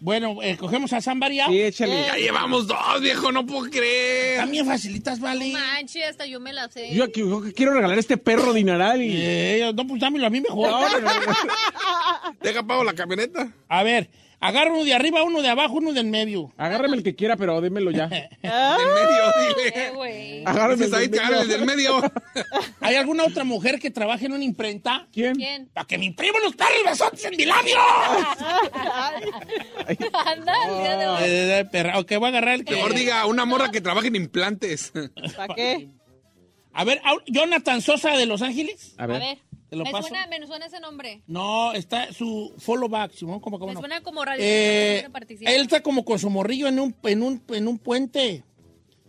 B: Bueno, eh, cogemos a San Variado.
C: Sí, échale.
E: Ya llevamos dos, viejo, no puedo creer.
B: También facilitas, vale.
D: Manche, hasta yo me la sé.
C: Yo, aquí- yo que quiero regalar este perro dineral y.
B: Eh, no, pues dámelo a mí mejor.
C: No, no, no, no.
E: Deja pago la camioneta.
B: A ver, agarra uno de arriba, uno de abajo, uno del medio.
C: Agárrame el que quiera, pero démelo ya.
E: Del medio,
D: Eh,
E: dile.
D: Ah. güey.
C: Agárrame
E: Dices, ahí
C: el
E: te
C: del
E: agarra el
C: medio.
E: del medio.
B: ¿Hay alguna otra mujer que trabaje en una imprenta?
C: ¿Quién?
D: ¿Quién?
B: ¡Para que me impriman los perros besotes en mi labio!
D: Anda, el día de hoy.
B: Eh, perra. Ok, voy a agarrar el que...
E: Mejor diga, una morra que trabaje en implantes.
F: ¿Para qué?
B: A ver, au- Jonathan Sosa de Los Ángeles.
C: A
D: A
C: ver.
D: ver.
B: Te lo
D: me,
B: paso.
D: Suena, me suena ese nombre.
B: No, está su follow back, Simón, como
D: Me
B: no.
D: suena como radio.
B: Eh,
D: no participa.
B: él está como con su morrillo en un, en un, en un puente.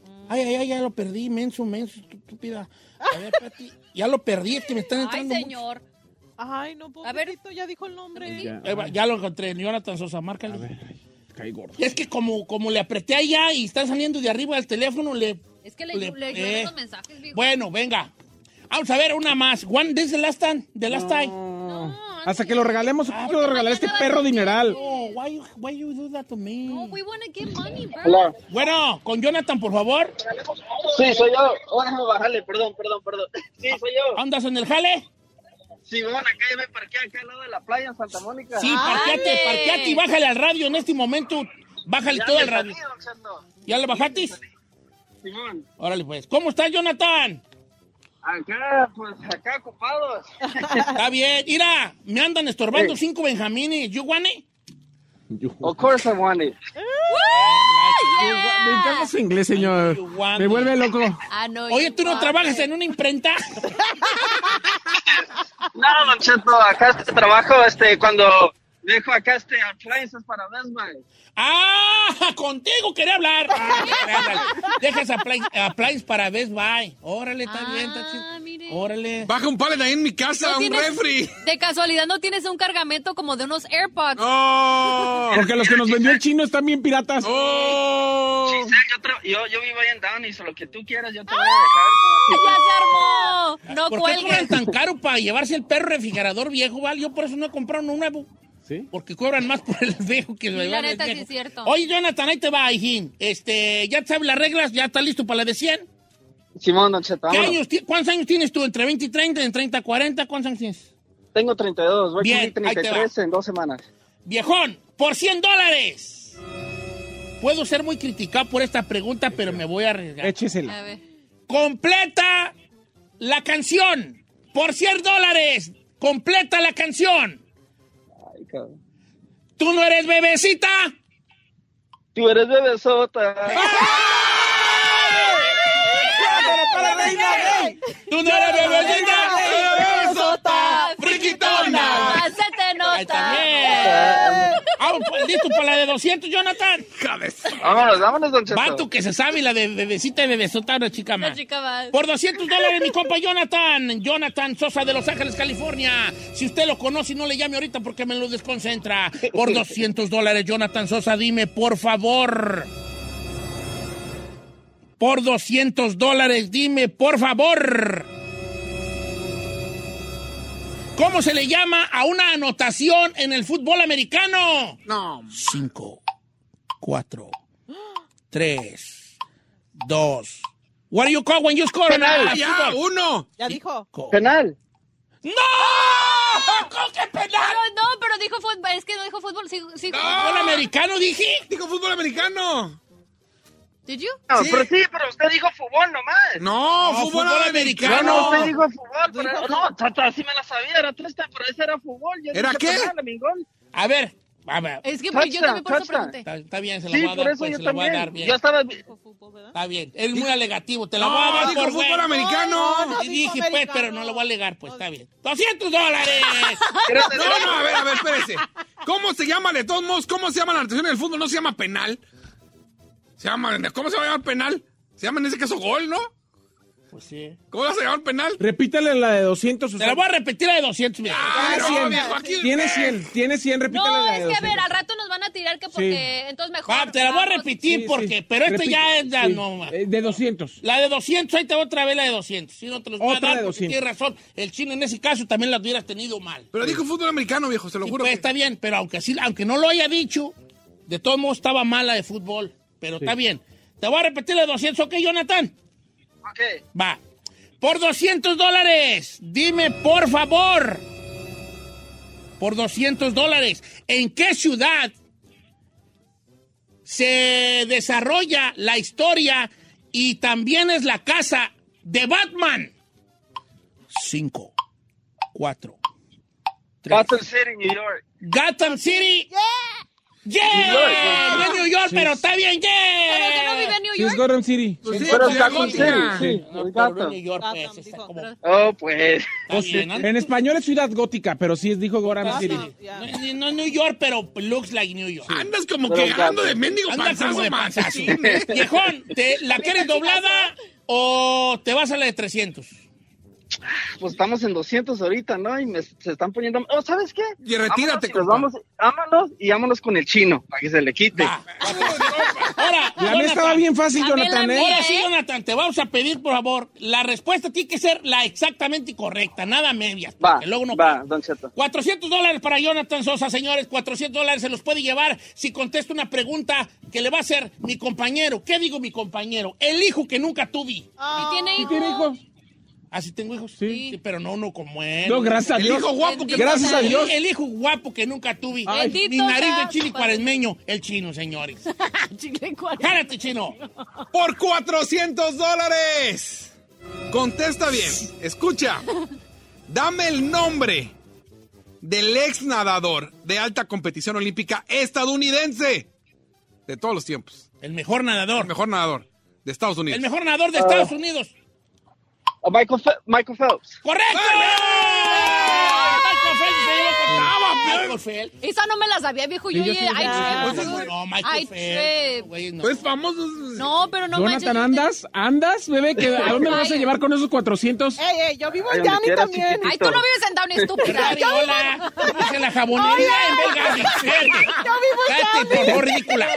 D: Mm.
B: Ay, ay, ay, ya lo perdí, menso, menso, tú- estúpida. A ver, Pati, ya lo perdí, es que me están
D: Ay,
B: entrando.
D: señor.
F: Ay, no,
D: A ver.
F: pobrecito, ya dijo el nombre.
C: Ya,
B: Ahí va, ya lo encontré, Jonathan Sosa, márcale.
C: caí gordo.
B: Es que como, como le apreté allá y está saliendo de arriba del teléfono, le...
D: Es que le,
B: Le-
D: le, llueven
B: eh.
D: los mensajes, viejo.
B: Bueno, venga. Vamos a ver una más. One, this is the last time, the last time. Ah,
D: No,
C: Hasta que lo regalemos, yo quiero regalar este perro dineral.
B: No, Oh, why, you- why you do that to me?
D: No, we wanna get money, bro.
B: Bueno, con Jonathan, por favor.
K: Sí, soy yo. Oh, déjame bajarle, perdón, perdón, perdón. Sí, soy yo.
B: ¿Andas en el jale?
K: Simón, acá ya me parqué acá al lado de la playa en Santa Mónica. Ah,
B: Sí,
D: Ay.
B: parqueate, parqueate y bájale al radio en este momento. Bájale
K: Ya
B: todo
K: me
B: al radio.
K: salí, don Cheto.
B: ¿Ya le bajaste?
K: Simón,
B: Órale, pues. ¿Cómo estás, Jonathan?
K: acá, pues, acá ocupados.
B: Está bien. Mira, me andan estorbando cinco benjamines. ¿Yo guane?
K: Of course I want it.
C: Me encanta su inglés, señor.
B: you want me.
C: Me vuelve loco.
D: Ah, no.
B: Oye, ¿tú no
D: guau,
B: trabajas
D: güey.
B: en una imprenta?
K: No, Don Cheto, acá este trabajo, este, cuando dejo acá este appliances para Best Buy.
B: ¡Ah! Contigo quería hablar. Ah, ándale. Dejas a Appliance para Best Buy. Órale, está bien, está
D: Ah,
B: chido.
D: mire.
B: Órale.
E: Baja un pallet ahí en mi casa,
D: ¿No
E: un
D: tienes-
E: refri.
D: De casualidad no tienes un cargamento como de unos AirPods.
C: Porque los que nos vendió el chino están bien piratas.
B: Oh.
K: Giselle, yo, tra- yo, yo vivo ahí en Downey, lo que tú quieras, yo te voy a
D: ¡Ya
K: dejar.
D: se armó! No
B: ¿Por qué
D: cuelgues.
B: cobran tan caro para llevarse el perro refrigerador viejo, vale? Yo por eso no he comprado uno nuevo.
C: ¿Sí?
B: Porque cobran más por el viejo que lo
D: La
B: llevan el
D: neta sí
B: viejo.
D: es cierto.
B: Oye, Jonathan, ahí te va, hijín. Este, ya sabes las reglas, ya está listo para la de 100.
K: Simón, Don Cheto,
B: ¿Qué
K: vámonos.
B: años ti- ¿Cuántos años tienes tú? ¿Entre 20 y 30? ¿En 30 y 40? ¿Cuántos años tienes?
K: Tengo 32, voy
B: Bien,
K: a cumplir
B: ahí te va.
K: 33 en dos semanas.
B: Viejón, por 100 dólares. Puedo ser muy criticado por esta pregunta, pero me voy a arriesgar.
C: Échesela.
D: A ver.
B: Completa la canción. Por 100 dólares. Completa la canción.
K: Ay, cabrón.
B: Tú no eres bebecita.
K: Tú eres bebesota.
B: Tú no eres bebecita.
E: ¡Besota!
B: ¡Friquitona!
D: Ah, ¡Se te
B: Ahí está
D: nota!
B: bien. Vamos, pues, listo para la de 200, Jonathan.
K: Vámonos, vámonos, Don Cheto.
B: Vato que se sabe la de bebecita y bebesota, una chica más.
D: La chica va.
B: Por 200 dólares, mi compa Jonathan. Jonathan Sosa de Los Ángeles, California. Si usted lo conoce, no le llame ahorita porque me lo desconcentra. Por 200 dólares, Jonathan Sosa, dime, por favor. Por 200 dólares, dime, por favor. ¿Cómo se le llama a una anotación en el fútbol americano?
E: No.
B: 5, 4, 3, 2. What do you call when you score? an-
K: Penal.
B: a
E: Ah, ¡Ya!
B: fútbol?
E: ¡Uno!
F: Ya dijo.
B: Co-
K: Penal.
B: ¡No! ¿Cómo que penal?
D: Pero no, pero dijo fútbol. Es que no dijo fútbol. Sí, sí.
B: ¿Fútbol americano dije?
E: ¡Digo fútbol americano!
D: Did you?
K: No,
E: Sí.
K: pero sí, pero usted dijo fútbol nomás.
B: No,
E: ¡No! ¡Fútbol,
B: fútbol
K: No,
E: americano!
K: no, usted dijo fútbol, pero no, tata, sí me la sabía, era triste, pero ese era fútbol. Yo
E: ¿Era
K: dije "Pues,
E: qué?
K: penal, amigón.
B: A ver, a ver.
D: Es que pues, yo también por eso
K: Touchdown,
D: pregunté.
B: Está, está bien, se la
K: Sí,
B: voy a
K: por
B: dar,
K: eso
B: pues,
K: yo
B: se la voy a dar
K: también.
B: bien.
K: Yo estaba...
B: Está bien, es muy alegativo, te la voy a
E: ¡No!
B: dar
E: ¡Digo
B: por
E: fútbol
B: bueno.
E: americano!
F: No, no,
B: Y dije,
F: dijo
B: pues,
F: americano.
B: pero no lo voy a alegar, pues, está bien. ¡200 dólares!
K: ¿Quieres decir-
E: No, no, a ver, a ver, espérese. ¿Cómo se llama de todos modos? ¿Cómo se llama la anotación en el fútbol? ¿No se llama penal? Se llama, ¿Cómo se va a llamar penal? Se llama en ese caso gol, ¿no?
B: Pues sí.
E: ¿Cómo se llama penal?
C: Repítale la de 200.
B: Te la
C: Susana.
B: voy a repetir la de 200, mira.
E: Ah,
C: Tiene
E: no,
C: 100.
E: viejo, aquí-
C: Tiene 100. Tiene 100. Repítale
D: No,
C: la de
D: es que a
C: 200.
D: ver, al rato nos van a tirar que porque. Entonces mejor.
B: Va, Ah, te la voy a
D: vamos.
B: repetir
C: Sí,
B: porque,
C: sí.
B: pero esto
C: Repite.
B: ya es la
C: Sí.
B: no, ma.
C: Eh, De 200.
B: La de 200, ahí te va otra vez la de 200. Si no te los voy a
C: Otra
B: dar,
C: de
B: porque
C: 200.
B: tienes razón. El chino en ese caso también la hubieras tenido mal.
E: Pero dijo fútbol americano, viejo, se lo
B: Sí,
E: juro.
B: pues,
E: que-
B: está bien, pero aunque, así, aunque no lo haya dicho, de todos modos estaba mala de fútbol. Pero está bien. Te voy a repetir la de 200, ¿ok, Jonathan?
K: Ok,
B: Va. Por 200 dólares, dime por favor. Por 200 dólares, ¿en qué ciudad se desarrolla la historia y también es la casa de Batman? 5, 4, 3.
K: Gotham City, New York.
B: Gotham City. Yeah.
K: New York.
B: No es New York, pero está bien,
D: Pero que no vive
B: yeah.
D: en New
C: Sí, es
D: York.
C: Gotham City.
E: Pues sí,
K: Pero
E: pues,
K: está
E: ya,
K: con
E: ya.
K: cero.
C: Sí.
B: No,
K: Sí,
B: pero no
K: Gotham.
B: New York, pues,
F: Gotham,
B: está
F: dijo.
B: como-
F: Pero-
C: Ah,
K: Oh, pues.
B: está bien, ¿no?
C: En español es ciudad gótica, pero sí es, dijo Gotham City.
F: Gotham, ya.
B: No, no es New York, pero looks like New York.
E: Andas como
K: Pero
E: que ganando
K: gato.
E: de mendigo
B: Anda como
E: panzazo,
B: de
E: man.
B: panzazo.
E: Sí, ¿eh?
B: Viejón, ¿te- ¿la quieres doblada o te vas a la de 300?
K: Pues estamos en 200 ahorita, ¿no? Y me- se están poniendo... Oh, ¿sabes qué?
E: Y retírate,
K: vámonos, y nos
E: compa.
K: vamos, vámonos y vámonos con el chino, para que se le quite.
B: Va. Ahora,
C: La mía estaba
B: Jonathan,
C: bien fácil,
D: También la
C: Jonathan. ¿eh?
D: mía.
B: Ahora sí, Jonathan, te vamos a pedir, por favor, la respuesta tiene que ser la exactamente correcta, nada medias,
K: Va,
B: porque luego no
K: va, Don Cheto.
B: 400 dólares para Jonathan Sosa, señores. 400 dólares se los puede llevar si contesta una pregunta que le va a hacer mi compañero. ¿Qué digo mi compañero? El hijo que nunca tuve.
D: Ah. Y tiene
C: ¿Sí
D: hijos.
C: tiene hijos?
B: Así tengo hijos.
C: Sí.
B: pero no uno como él.
C: No, gracias a
E: El
C: Dios.
E: hijo guapo que
C: Gracias a
B: El-
C: Dios.
B: El hijo guapo que nunca tuve.
D: Ay.
B: Mi
D: Bendito
B: nariz de
D: sea
B: chile
D: tu padre.
B: cuaresmeño. El chino, señores.
D: Chicle cuatro.
B: Cállate, chino.
E: por 400 dólares. Contesta bien. Escucha. Dame el nombre del ex nadador de alta competición olímpica estadounidense de todos los tiempos.
B: El mejor nadador.
E: El mejor nadador de Estados Unidos.
B: El mejor nadador de
K: Ah.
D: Ah.
B: Estados Unidos.
K: Oh, Michael, Fe- Michael Phelps.
B: ¡Correcto!
E: ¡Vale!
B: Michael Michael Phelps.
D: Esa no me la sabía, viejo. Yo,
B: Sí, yo
D: oye,
B: sí la
D: ay,
B: sabía.
D: trip,
B: Pues es
D: dude.
B: bueno, Michael
D: Ay,
B: Phelps,
D: trip.
E: Pues famoso.
D: No, pero no manches.
C: Jonathan, ¿andas? ¿Andas, bebé? ¿Que- ¿A dónde me vas a
D: Ay.
C: llevar con esos 400?
J: eh,
F: Ey, ey, yo vivo
C: Ay,
F: en
C: donde
F: Downey
C: quieras,
F: también.
C: chiquitito. Ay, tú no
D: vives en Downey, estúpida.
B: Yo Hola, dice la jabonería en
F: Hola.
B: Belgarden.
F: Yo vivo en
B: Vete, por
F: Downey.
B: favor, ridícula.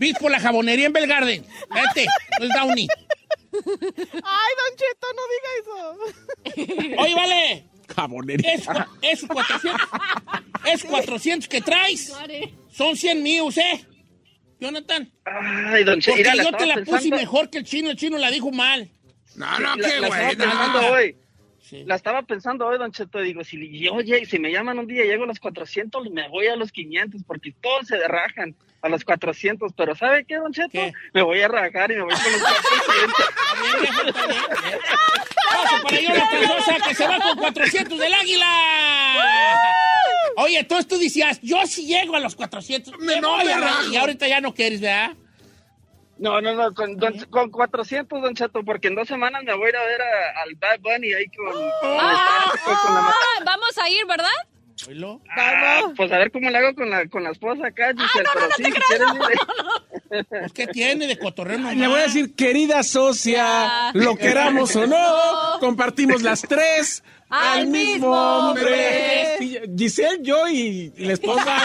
B: Vis por la jabonería en Belgarden. Vete, no es Downey.
F: Ay, Don Cheto, no diga eso.
B: Oye, vale.
C: Jabonería.
B: Es, cua- es 400. Es 400 que traes. Son 100 míos, ¿eh? Jonathan.
K: Ay, don Che,
B: Porque
K: mira, la
B: yo te
K: estaba
B: la puse
K: pensando.
B: mejor que el chino. El chino la dijo mal. Ah,
E: No,
K: La- la estaba pensando hoy. La estaba pensando hoy, don Cheto. Digo, si, y oye, si me llaman un día y llego a los 400, me voy a los 500, porque todos se rajan a los 400. Pero ¿sabe qué, don Cheto? Me voy a rajar y me voy con los 400.
B: Paso para Jonathan Sosa, que se va con 400 del Águila. Oye, entonces tú decías, yo si llego a los 400. Me
K: no,
B: voy
K: me
B: a la-
K: rajo.
B: Y ahorita ya no quieres, ¿verdad?
K: No, no, no, con, don- con 400, don Cheto, porque en dos semanas me voy a ir a ver a- al Bad Bunny ahí con... con-
D: Ah,
K: con la-
D: ah, vamos a ir, ¿verdad?
K: Ah, pues a ver cómo le hago con la, con la esposa acá,
B: ¡Ah,
K: Giselle, pero sí, si quieres, dile.
B: Pues, ¿qué tiene de cotorreo nomás?
C: Le voy a decir, querida socia,
B: Ya.
C: lo queramos o no,
B: No.
C: compartimos las tres al,
B: Al
C: mismo
B: mismo
C: hombre.
B: hombre.
C: Sí, Giselle, yo y y la
B: Pues
C: esposa.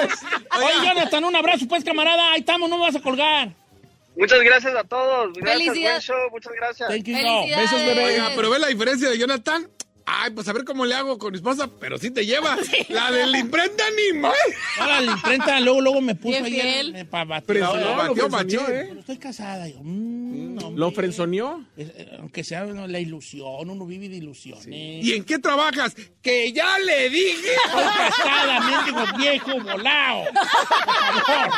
B: Oye, Jonathan, un abrazo, pues, camarada. Ahí estamos, no me vas a colgar.
K: Muchas gracias a todos.
B: Gracias, Felicidad- buen show,
K: Muchas gracias.
B: Thank you, no. Felicidades. Besos, bebé.
E: Oiga, pero ve la diferencia de Jonathan. Ay, pues a ver cómo le hago con mi esposa, pero sí te lleva. La de la imprenta ni más.
B: Ahora la imprenta luego, luego me puso ahí
E: fiel.
B: en- eh, pa- batir.
E: Pero
B: Ahora,
E: lo
B: ahora,
E: batió
B: lo frenzoneó,
E: machín.
B: ¿eh? Pero Estoy casada. Yo. Mm, no,
C: ¿Lo
B: hombre.
C: frenzoneó?
B: Es- eh, aunque sea no, la ilusión, uno vive de ilusiones.
E: ¿Y en qué trabajas? Que ya le dije.
B: Estoy casada, mendigo viejo, volado. Por favor.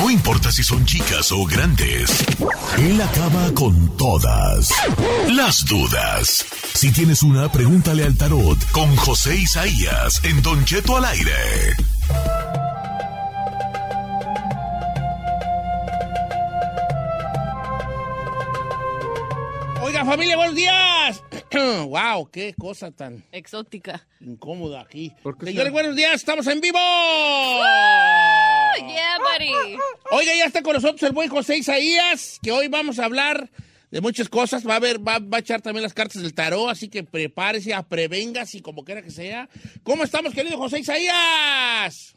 L: No importa si son chicas o grandes, él acaba con todas las dudas. Si tienes una, pregúntale al tarot con José Isaías en Don Cheto al aire.
B: Oiga, familia, buenos días. wow, qué cosa tan
D: Exótica.
B: incómoda aquí.
D: qué
B: Señores,
D: será?
B: buenos días, estamos en vivo.
D: Oh, yeah, buddy.
B: Oiga, ya está con nosotros el buen José Isaías, que hoy vamos a hablar de muchas cosas. Va a ver, va, va a echar también las cartas del tarot, así que prepárese, aprevéngase, como quiera que sea. ¿Cómo estamos, querido José Isaías?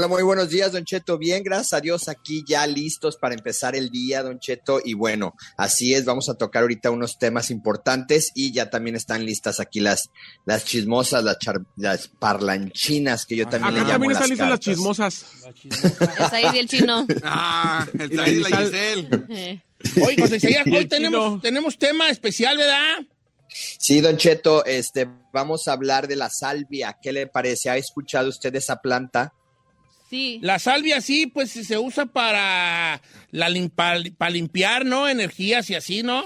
M: Hola, muy buenos días, Don Cheto. Bien, gracias a Dios, aquí ya listos para empezar el día, Don Cheto. Y bueno, así es, vamos a tocar ahorita unos temas importantes y ya también están listas aquí las, las chismosas, las, char- las parlanchinas, que yo también le
C: Acá
M: llamo
C: también están
M: las
C: listas las
M: cartas.
C: chismosas.
D: Es ahí del chino.
E: Ah, el
C: la
E: Said y la
C: Giselle.
E: Giselle.
D: Eh.
B: Hoy, José Isaías,
M: Y
B: hoy
M: el
B: tenemos, tenemos tema especial, ¿verdad?
M: Sí, Don Cheto, este, vamos a hablar de la salvia. ¿Qué le parece? ¿Ha escuchado usted de esa planta?
D: Sí.
B: La salvia sí, pues se usa para, la lim- pa- pa limpiar, ¿no? Energías y así, ¿no?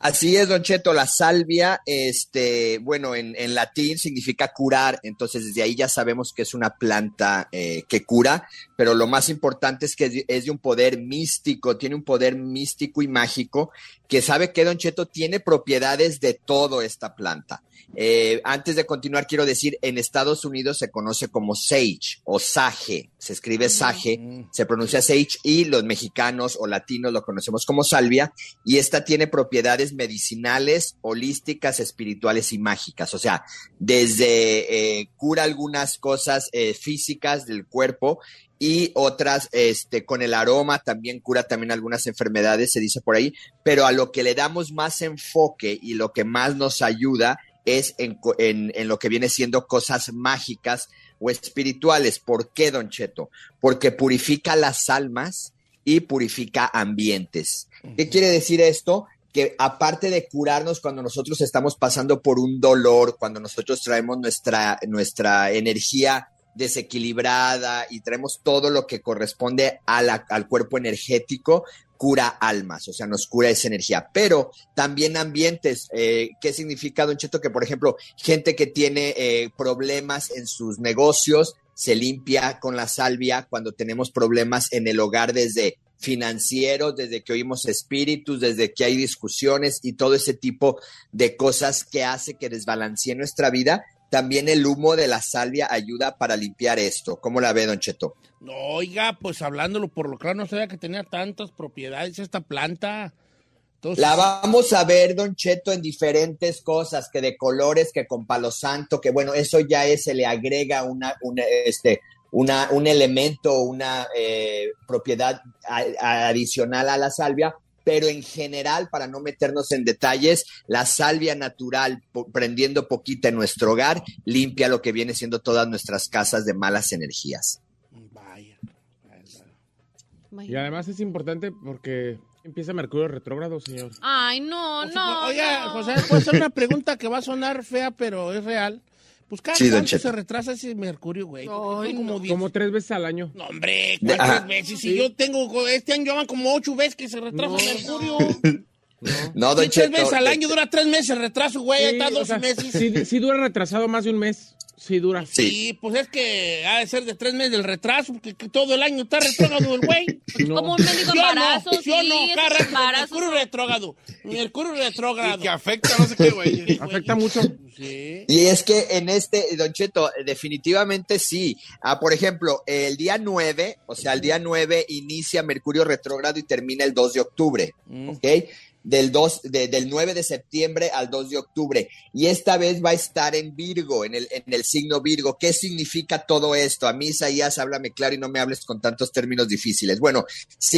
M: Así es, Don Cheto, la salvia, este, bueno, en, en latín significa curar, entonces desde ahí ya sabemos que es una planta eh, que cura, pero lo más importante es que es de- es de un poder místico, tiene un poder místico y mágico, que sabe que Don Cheto tiene propiedades de todo esta planta. Eh, antes de continuar, quiero decir, en Estados Unidos se conoce como sage o sage, se escribe sage, se pronuncia sage y los mexicanos o latinos lo conocemos como salvia y esta tiene propiedades medicinales, holísticas, espirituales y mágicas, o sea, desde eh, cura algunas cosas eh, físicas del cuerpo y otras este con el aroma también cura también algunas enfermedades se dice por ahí pero a lo que le damos más enfoque y lo que más nos ayuda es en, co- en- en lo que viene siendo cosas mágicas o espirituales. ¿Por qué, Don Cheto? Porque purifica las almas y purifica ambientes. ¿Qué quiere decir esto? que aparte de curarnos cuando nosotros estamos pasando por un dolor, cuando nosotros traemos nuestra, nuestra energía desequilibrada y traemos todo lo que corresponde a la- al cuerpo energético, cura almas, o sea, nos cura esa energía, pero también ambientes. eh, ¿Qué significa, Don Cheto? Que, por ejemplo, gente que tiene eh, problemas en sus negocios, se limpia con la salvia cuando tenemos problemas en el hogar desde financieros, desde que oímos espíritus, desde que hay discusiones y todo ese tipo de cosas que hace que desbalancee nuestra vida. También el humo de la salvia ayuda para limpiar esto. ¿Cómo la ve, Don Cheto?
B: No, Oiga, pues hablándolo por lo claro, no sabía que tenía tantas propiedades esta planta. Entonces-
M: La vamos a ver, Don Cheto, en diferentes cosas, que de colores, que con palo santo, que bueno, eso ya es, se le agrega una, una, este, una, un elemento, una eh, propiedad a- a- adicional a la salvia, pero en general, para no meternos en detalles, la salvia natural, po- prendiendo poquita en nuestro hogar, limpia lo que viene siendo todas nuestras casas de malas energías.
C: Y además es importante porque empieza Mercurio retrógrado, señor.
D: Ay, no, no.
B: Oiga,
D: no.
B: José, puede ser una pregunta que va a sonar fea, pero es real. Pues cada
C: Sí, don
B: cuánto
C: Cheto.
B: se retrasa ese mercurio, güey. Son como diez-
C: Como tres veces al año.
B: No, hombre, ¿cuántas
C: Ajá.
B: veces? Si
C: Sí.
B: yo tengo, este año van como ocho veces que se retrasa mercurio.
M: No,
B: Sí,
M: Don
B: tres
M: Cheto. eh.
B: veces
C: eh,
B: al
M: de-
B: año, dura tres meses el retraso, güey, ahí está
C: Sí, o
B: dos
C: sea,
B: meses.
C: Sí, sí dura retrasado más de un mes. Sí dura.
B: Sí, pues es que ha de ser de tres meses del retraso, porque que todo el año está retrógrado el güey.
D: Como un mendigo
B: Yo no,
D: embarazo,
B: yo
D: sí,
B: no,
D: esos
B: cada rato,
D: embarazos.
B: Mercurio retrógrado, Mercurio retrógrado.
E: que afecta, no sé qué, güey.
C: Afecta mucho.
M: Y es que en este, Don Cheto, definitivamente sí. Ah, por ejemplo, el día 9, o sea, el día 9 inicia Mercurio retrógrado y termina el 2 de octubre, ¿ok? Del, 2, de- del 9 de septiembre al 2 de octubre. Y esta vez va a estar en Virgo, en el, en el signo Virgo. ¿Qué significa todo esto? A mí, Isaías, háblame claro y no me hables con tantos términos difíciles. Bueno,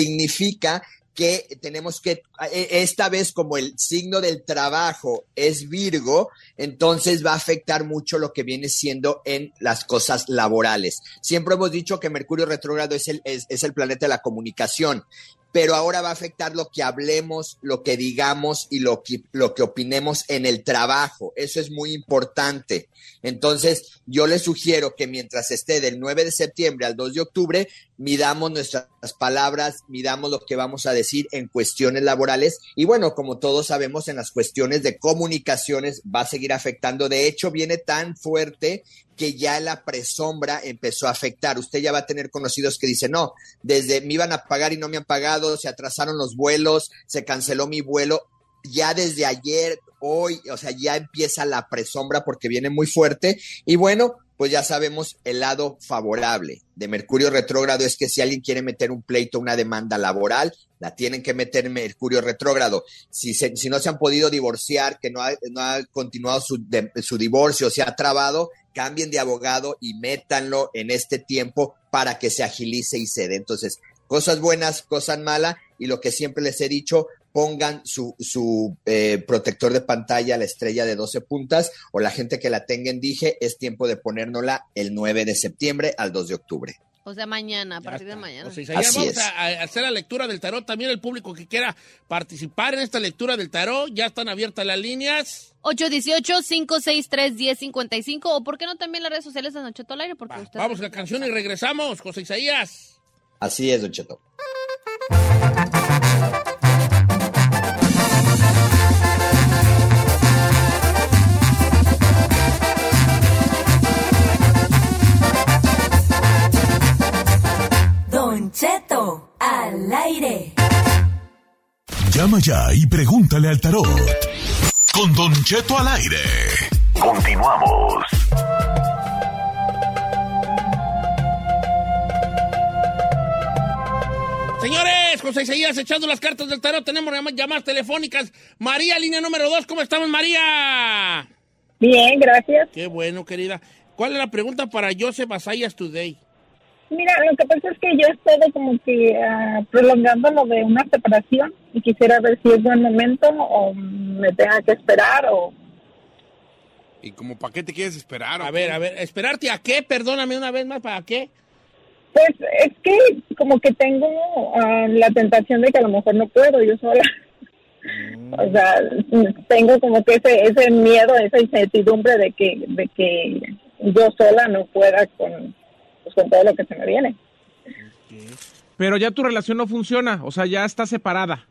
M: significa que tenemos que, eh, esta vez como el signo del trabajo es Virgo, entonces va a afectar mucho lo que viene siendo en las cosas laborales. Siempre hemos dicho que Mercurio retrógrado es el, es- es el planeta de la comunicación, pero ahora va a afectar lo que hablemos, lo que digamos y lo que, lo que opinemos en el trabajo. Eso es muy importante. Entonces, yo les sugiero que mientras esté del 9 de septiembre al 2 de octubre, midamos nuestras palabras, midamos lo que vamos a decir en cuestiones laborales. Y bueno, como todos sabemos, en las cuestiones de comunicaciones va a seguir afectando. De hecho, viene tan fuerte que ya la presombra empezó a afectar. Usted ya va a tener conocidos que dicen, no, desde me iban a pagar y no me han pagado, se atrasaron los vuelos, se canceló mi vuelo ya desde ayer, hoy, o sea, ya empieza la presombra porque viene muy fuerte. Y bueno, pues ya sabemos el lado favorable de Mercurio retrógrado es que si alguien quiere meter un pleito, una demanda laboral, la tienen que meter en Mercurio retrógrado. Si, se, si no se han podido divorciar, que no ha, no ha continuado su, de, su divorcio, se ha trabado, cambien de abogado y métanlo en este tiempo para que se agilice y se dé. Entonces, cosas buenas, cosas malas, y lo que siempre les he dicho, pongan su, su eh, protector de pantalla, la estrella de 12 puntas, o la gente que la tenga en dije, es tiempo de ponérnosla el 9 de septiembre al 2 de octubre.
D: O sea, mañana, a partir de mañana.
B: O sea, Isaías,
M: Así
B: vamos
M: es.
B: a a hacer la lectura del tarot. También el público que quiera participar en esta lectura del tarot, ya están abiertas las líneas.
D: 818-563-1055 o por qué no también las redes sociales de Nocheto al aire, porque usted...
B: Vamos a la canción y regresamos, José Isaías.
M: Así es, Don Cheto.
G: Don Cheto al aire.
L: Llama ya y pregúntale al tarot. Con Don Cheto al aire. Continuamos.
B: Señores, José Isaías echando las cartas del tarot. Tenemos llama- llamadas telefónicas. María, línea número 2. ¿Cómo estamos, María?
J: Bien, gracias.
B: Qué bueno, querida. ¿Cuál es la pregunta para Joseph Asayas Today?
J: Mira, lo que pasa es que yo he estado como que ah, prolongando lo de una separación y quisiera ver si es buen momento o me tenga que esperar o...
E: ¿Y como para qué te quieres esperar?
B: A ver, a ver, ¿esperarte a qué? Perdóname una vez más, ¿para qué?
J: Pues es que como que tengo ah, la tentación de que a lo mejor no puedo yo sola. O sea, tengo como que ese, ese miedo, esa incertidumbre de que, de que yo sola no pueda con, pues, con todo lo que se me viene.
C: Pero ya tu relación no funciona, o sea, ya está separada.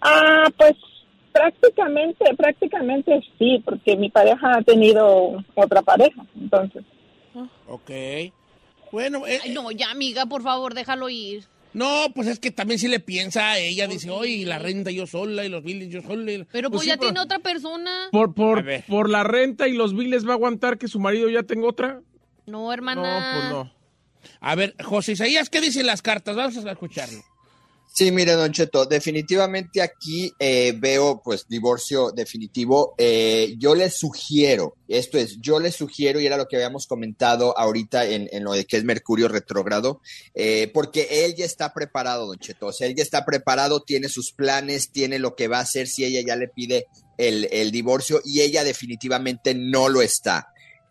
J: Ah, pues prácticamente, prácticamente sí, porque mi pareja ha tenido otra pareja, entonces.
B: Ok. Bueno, eh,
D: Ay, no, ya, amiga, por favor, déjalo ir.
B: no, pues es que también si le piensa a ella, dice, oye, la renta yo sola y los biles yo sola. y la-".
D: Pero pues,
C: Pues sí,
D: ya
C: pero-
D: tiene otra persona.
C: Por, por, por la renta y los biles va a aguantar que su marido ya tenga otra.
D: No,
C: No,
D: hermana.
C: pues no.
B: A ver, José Isaías, ¿qué dicen las cartas? Vamos a escucharlo.
M: Sí, mire, Don Cheto, definitivamente aquí eh, veo pues divorcio definitivo. Eh, yo les sugiero, esto es, yo les sugiero, y era lo que habíamos comentado ahorita en, en lo de que es Mercurio retrógrado, eh, porque él ya está preparado, Don Cheto, o sea, él ya está preparado, tiene sus planes, tiene lo que va a hacer si ella ya le pide el, el divorcio y ella definitivamente no lo está.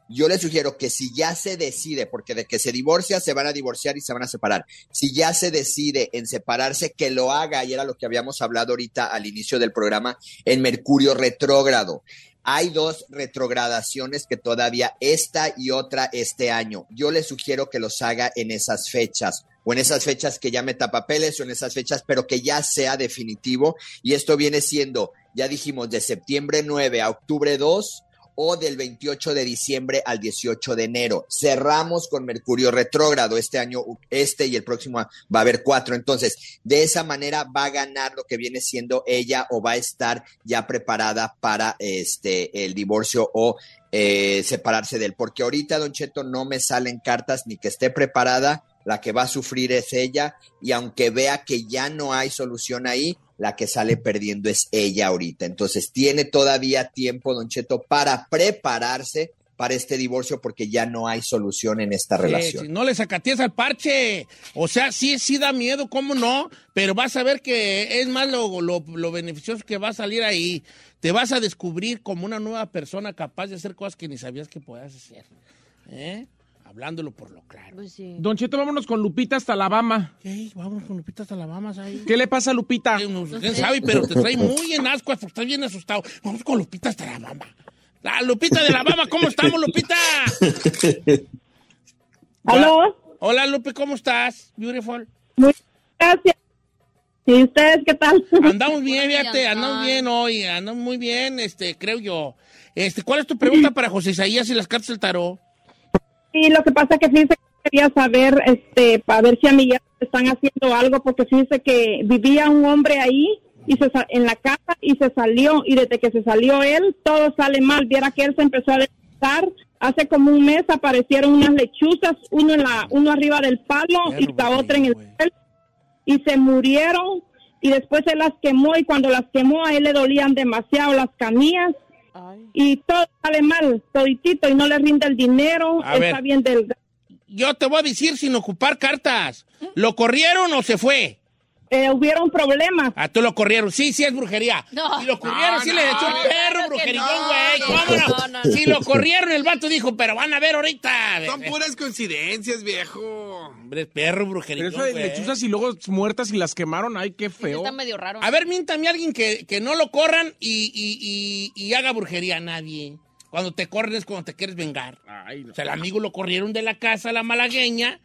M: Yo les sugiero que si ya se decide, porque de que se divorcia, se van a divorciar y se van a separar. Si ya se decide en separarse, que lo haga. Y era lo que habíamos hablado ahorita al inicio del programa en Mercurio retrógrado. Hay dos retrogradaciones que todavía esta y otra este año. Yo les sugiero que los haga en esas fechas o en esas fechas que ya meta papeles o en esas fechas, pero que ya sea definitivo. Y esto viene siendo, ya dijimos, de septiembre 9 a octubre 2 o del 28 de diciembre al 18 de enero. Cerramos con Mercurio retrógrado este año, este y el próximo va a haber cuatro. Entonces, de esa manera va a ganar lo que viene siendo ella o va a estar ya preparada para este el divorcio o eh, separarse de él. Porque ahorita, Don Cheto, no me salen cartas ni que esté preparada. La que va a sufrir es ella y aunque vea que ya no hay solución ahí, la que sale perdiendo es ella ahorita. Entonces tiene todavía tiempo, Don Cheto, para prepararse para este divorcio porque ya no hay solución en esta
B: Eh,
M: relación.
B: si no le sacatías al parche. O sea, sí, sí da miedo, ¿cómo no? Pero vas a ver que es más lo, lo- lo beneficioso que va a salir ahí. Te vas a descubrir como una nueva persona capaz de hacer cosas que ni sabías que podías hacer. ¿Eh? Hablándolo por lo claro.
D: Pues sí.
C: Don Cheto, vámonos con Lupita hasta Alabama.
B: Ey, vámonos con Lupita hasta Alabama, ahí.
C: ¿Qué le pasa a Lupita?
B: ¿Quién sabe? Pero te trae muy en ascuas porque estás bien asustado. Vamos con Lupita hasta Alabama. La Lupita de Alabama, ¿cómo estamos, Lupita?
J: ¿Aló?
B: Hola, Lupe, ¿cómo estás? Beautiful.
J: Muchas gracias. ¿Y ustedes qué tal?
B: Andamos bien, fíjate, andamos bien hoy, andamos muy bien, este, creo yo. Este, ¿cuál es tu pregunta para José Isaías y las cartas del tarot?
J: Sí, lo que pasa que fíjense que quería saber, este, para ver si a mi ya están haciendo algo, porque fíjense que vivía un hombre ahí y se sa- en la casa y se salió y desde que se salió él todo sale mal. Viera que él se empezó a desgastar,
N: hace como un mes aparecieron unas lechuzas, uno, en la, uno arriba del palo y la otra en el suelo, y se murieron y después se las quemó y cuando las quemó a él le dolían demasiado las canillas y todo sale mal, toditito y no le rinde el dinero,
B: A
N: está
B: ver.
N: bien delgado.
B: Yo te voy a decir sin ocupar cartas. ¿Lo corrieron o se fue?
N: Eh, hubieron problemas.
B: Ah, tú lo corrieron. Sí, sí es brujería.
D: No.
B: Si lo corrieron,
E: Ah,
B: sí le echó el perro, brujerigón, güey. Vámonos.
E: no, no.
B: Si lo corrieron, el vato dijo, pero van a ver ahorita.
E: Son puras coincidencias, viejo.
B: Hombre, perro, brujería.
C: Pero eso de
B: güey.
C: lechuzas y luego muertas y las quemaron, ay, qué feo.
D: medio raro.
B: A ver, míntame a alguien que, que no lo corran y, y- y- y haga brujería a nadie. Cuando te corren es cuando te quieres vengar. O sea, el amigo lo corrieron de la casa, la malagueña.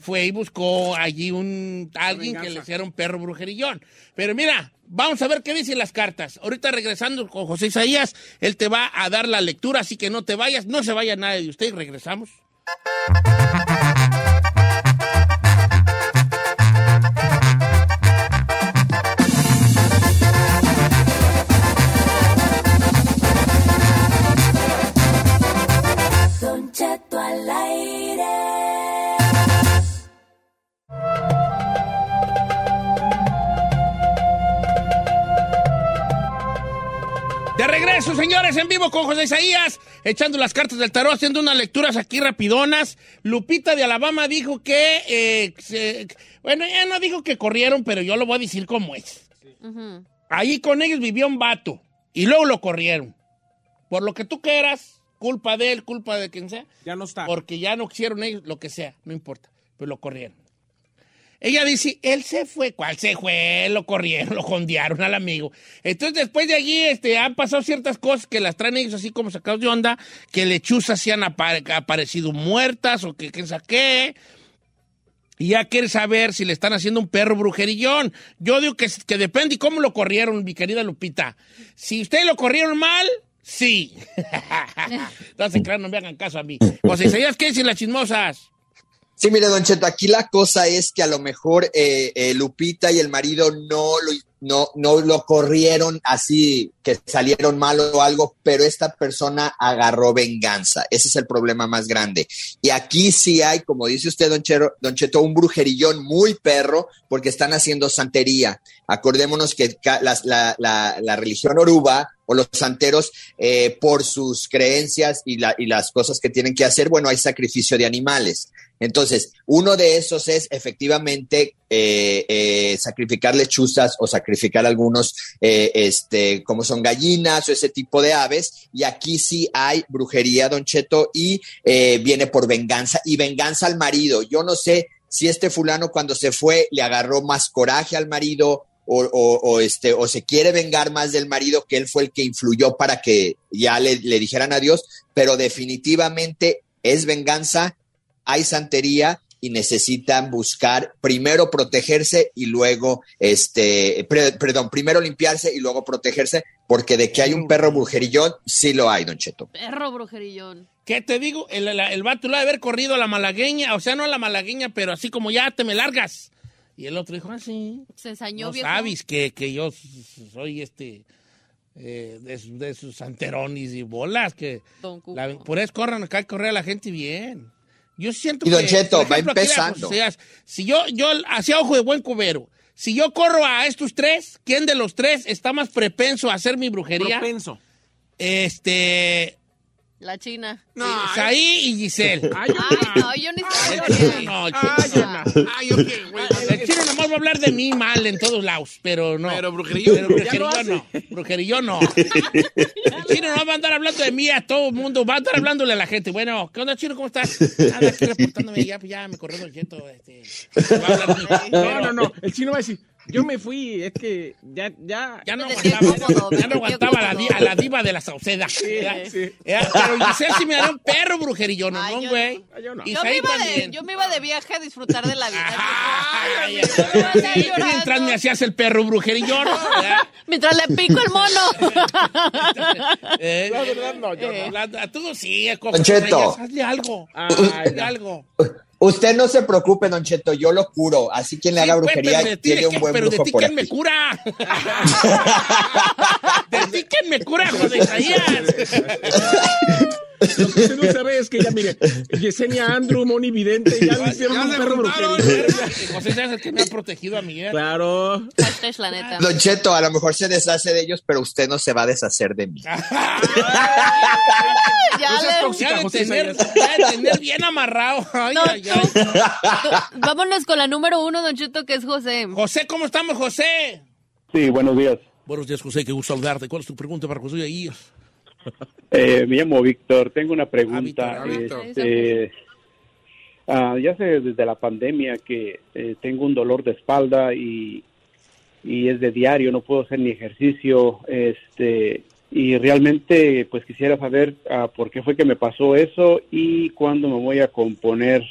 B: Fue y buscó allí un alguien que le hiciera un perro brujerillón. Pero mira, vamos a ver qué dicen las cartas. Ahorita regresando con José Isaías, él te va a dar la lectura, así que no te vayas, no se vaya nadie de usted y regresamos.
G: Don Cheto al aire.
B: De regreso, señores, en vivo con José Isaías, echando las cartas del tarot, haciendo unas lecturas aquí rapidonas. Lupita de Alabama dijo que, eh, se- bueno, ella no dijo que corrieron, pero yo lo voy a decir como es.
D: Ujú.
B: Ahí con ellos vivía un vato y luego lo corrieron. Por lo que tú quieras, culpa de él, culpa de quien sea.
C: Ya no está.
B: Porque ya no quisieron ellos, lo que sea, no importa, pero lo corrieron. Ella dice, él se fue. ¿Cuál se fue? Lo corrieron, lo jondearon al amigo. Entonces, después de allí, este, han pasado ciertas cosas que las traen ellos así como sacados de onda, que lechuzas se han apare- aparecido muertas o que quién sabe qué. Y ya quiere saber si le están haciendo un perro brujerillón. Yo digo que, que depende y cómo lo corrieron, mi querida Lupita. Si ustedes lo corrieron mal, sí. no se crean, no me hagan caso a mí. Pues José Isaías, ¿qué dicen las chismosas?
M: Sí, mire, Don Cheto, aquí la cosa es que a lo mejor eh, eh, Lupita y el marido no lo, no, no lo corrieron así, que salieron mal o algo, pero esta persona agarró venganza. Ese es el problema más grande. Y aquí sí hay, como dice usted, Don, Chero- Don Cheto, un brujerillón muy perro, porque están haciendo santería. Acordémonos que ca- las- la, la- la religión oruba o los santeros, eh, por sus creencias y, la- y las cosas que tienen que hacer, bueno, hay sacrificio de animales. Entonces, uno de esos es efectivamente eh, eh, sacrificar lechuzas o sacrificar algunos, eh, este, como son gallinas o ese tipo de aves. Y aquí sí hay brujería, don Cheto, y eh, viene por venganza y venganza al marido. Yo no sé si este fulano cuando se fue le agarró más coraje al marido o, o- o, este, o se quiere vengar más del marido que él fue el que influyó para que ya le, le dijeran adiós, pero definitivamente es venganza, hay santería y necesitan buscar primero protegerse y luego, este, pre- perdón, primero limpiarse y luego protegerse, porque de que hay un perro brujerillón, sí lo hay, don Cheto.
D: Perro brujerillón.
B: ¿Qué te digo? El, el, el vato lo ha de haber corrido a la malagueña, o sea, no a la malagueña, pero así como ya te me largas. Y el otro dijo, ah, sí.
D: Se ensañó
B: No
D: viejo.
B: sabes que, que yo soy este eh, de, sus- de sus santerones y bolas que
D: Don Cuco.
B: la- por eso corran acá y correr a la gente bien. Yo siento
M: Y Don
B: que,
M: Cheto,
B: por ejemplo,
M: va
B: aquí la
M: empezando.
B: José Seas, si yo, yo hacía ojo de buen cubero, si yo corro a estos tres, ¿quién de los tres está más propenso a hacer mi brujería?
C: Propenso.
B: Este,
D: La china.
B: no, Saí y Giselle.
D: Ay, no, Ah, yo ni sé.
B: No, Ah, El chino nomás va a hablar de mí mal en todos lados, pero no. Pero
E: brujerillo.
B: Pero brujerillo no. Brujerillo no. El chino no va a andar hablando de mí a todo el mundo, va a andar hablándole a la gente. Bueno, ¿qué onda, chino? ¿Cómo estás? Nada, aquí reportándome, ya, ya me corrió el cheto. Este, va a hablar de mí,
C: No,
B: pero-
C: no, no. El chino va a decir, yo me fui, es que ya, ya.
B: Ya no aguantaba, ya no aguantaba a, la di- a la diva de la Sauceda. Era- era- Pero Giselle sí me da un perro brujerillo, no,
D: Ay, yo
B: no, güey.
C: no.
B: Y
D: Yo me,
B: Saí
D: iba de,
B: también. Ah,
D: yo me iba de viaje a disfrutar de la vida.
B: Ay,
D: Yo me iba a
B: ay,
D: estar llorando.
B: Mientras me hacías el perro brujerillo, ¿verdad?
D: Mientras le pico el mono.
B: Eh,
D: La
B: verdad no, yo no. A todos sí, eh,
M: Don Cheto.
B: Hazle algo. hazle algo.
M: Usted no se preocupe, Don Cheto, yo lo curo. Así quien le haga brujería
B: pero de ti,
M: tiene
B: ¿de
M: un
B: qué?
M: buen
B: pero de
M: brujo
B: ti,
M: por
B: ¿quién
M: aquí.
B: me cura? de ti, ¿quién me cura, José Isaías?
C: Lo que usted no sabe es que ya, mire, Yesenia Andrew, Moni Vidente, ya le hicieron
B: Ya
C: un
B: le
C: perro
B: juntaron,
C: brujería.
B: verga. José Sánchez, que me ha protegido a ¿eh? Miguel.
C: Claro.
D: Esta es la neta.
M: Don Cheto, a lo mejor se deshace de ellos, pero usted no se va a deshacer de mí.
B: Ya Pues
D: le-
B: ya de tener, ya de tener bien amarrado. Ay, ay, ay.
D: Vámonos con la número uno, Don Cheto, que es José.
B: José, ¿cómo estamos, José?
O: Sí, buenos días.
B: Buenos días, José, qué gusto saludarte. ¿Cuál es tu pregunta para José ahí?
O: Eh, me llamo Víctor, tengo una pregunta.
B: Ah, Víctor, ah,
O: Este, ah, ya sé desde la pandemia que eh, tengo un dolor de espalda y, y es de diario, no puedo hacer ni ejercicio. Este, y realmente pues quisiera saber ah, por qué fue que me pasó eso y cuándo me voy a componer.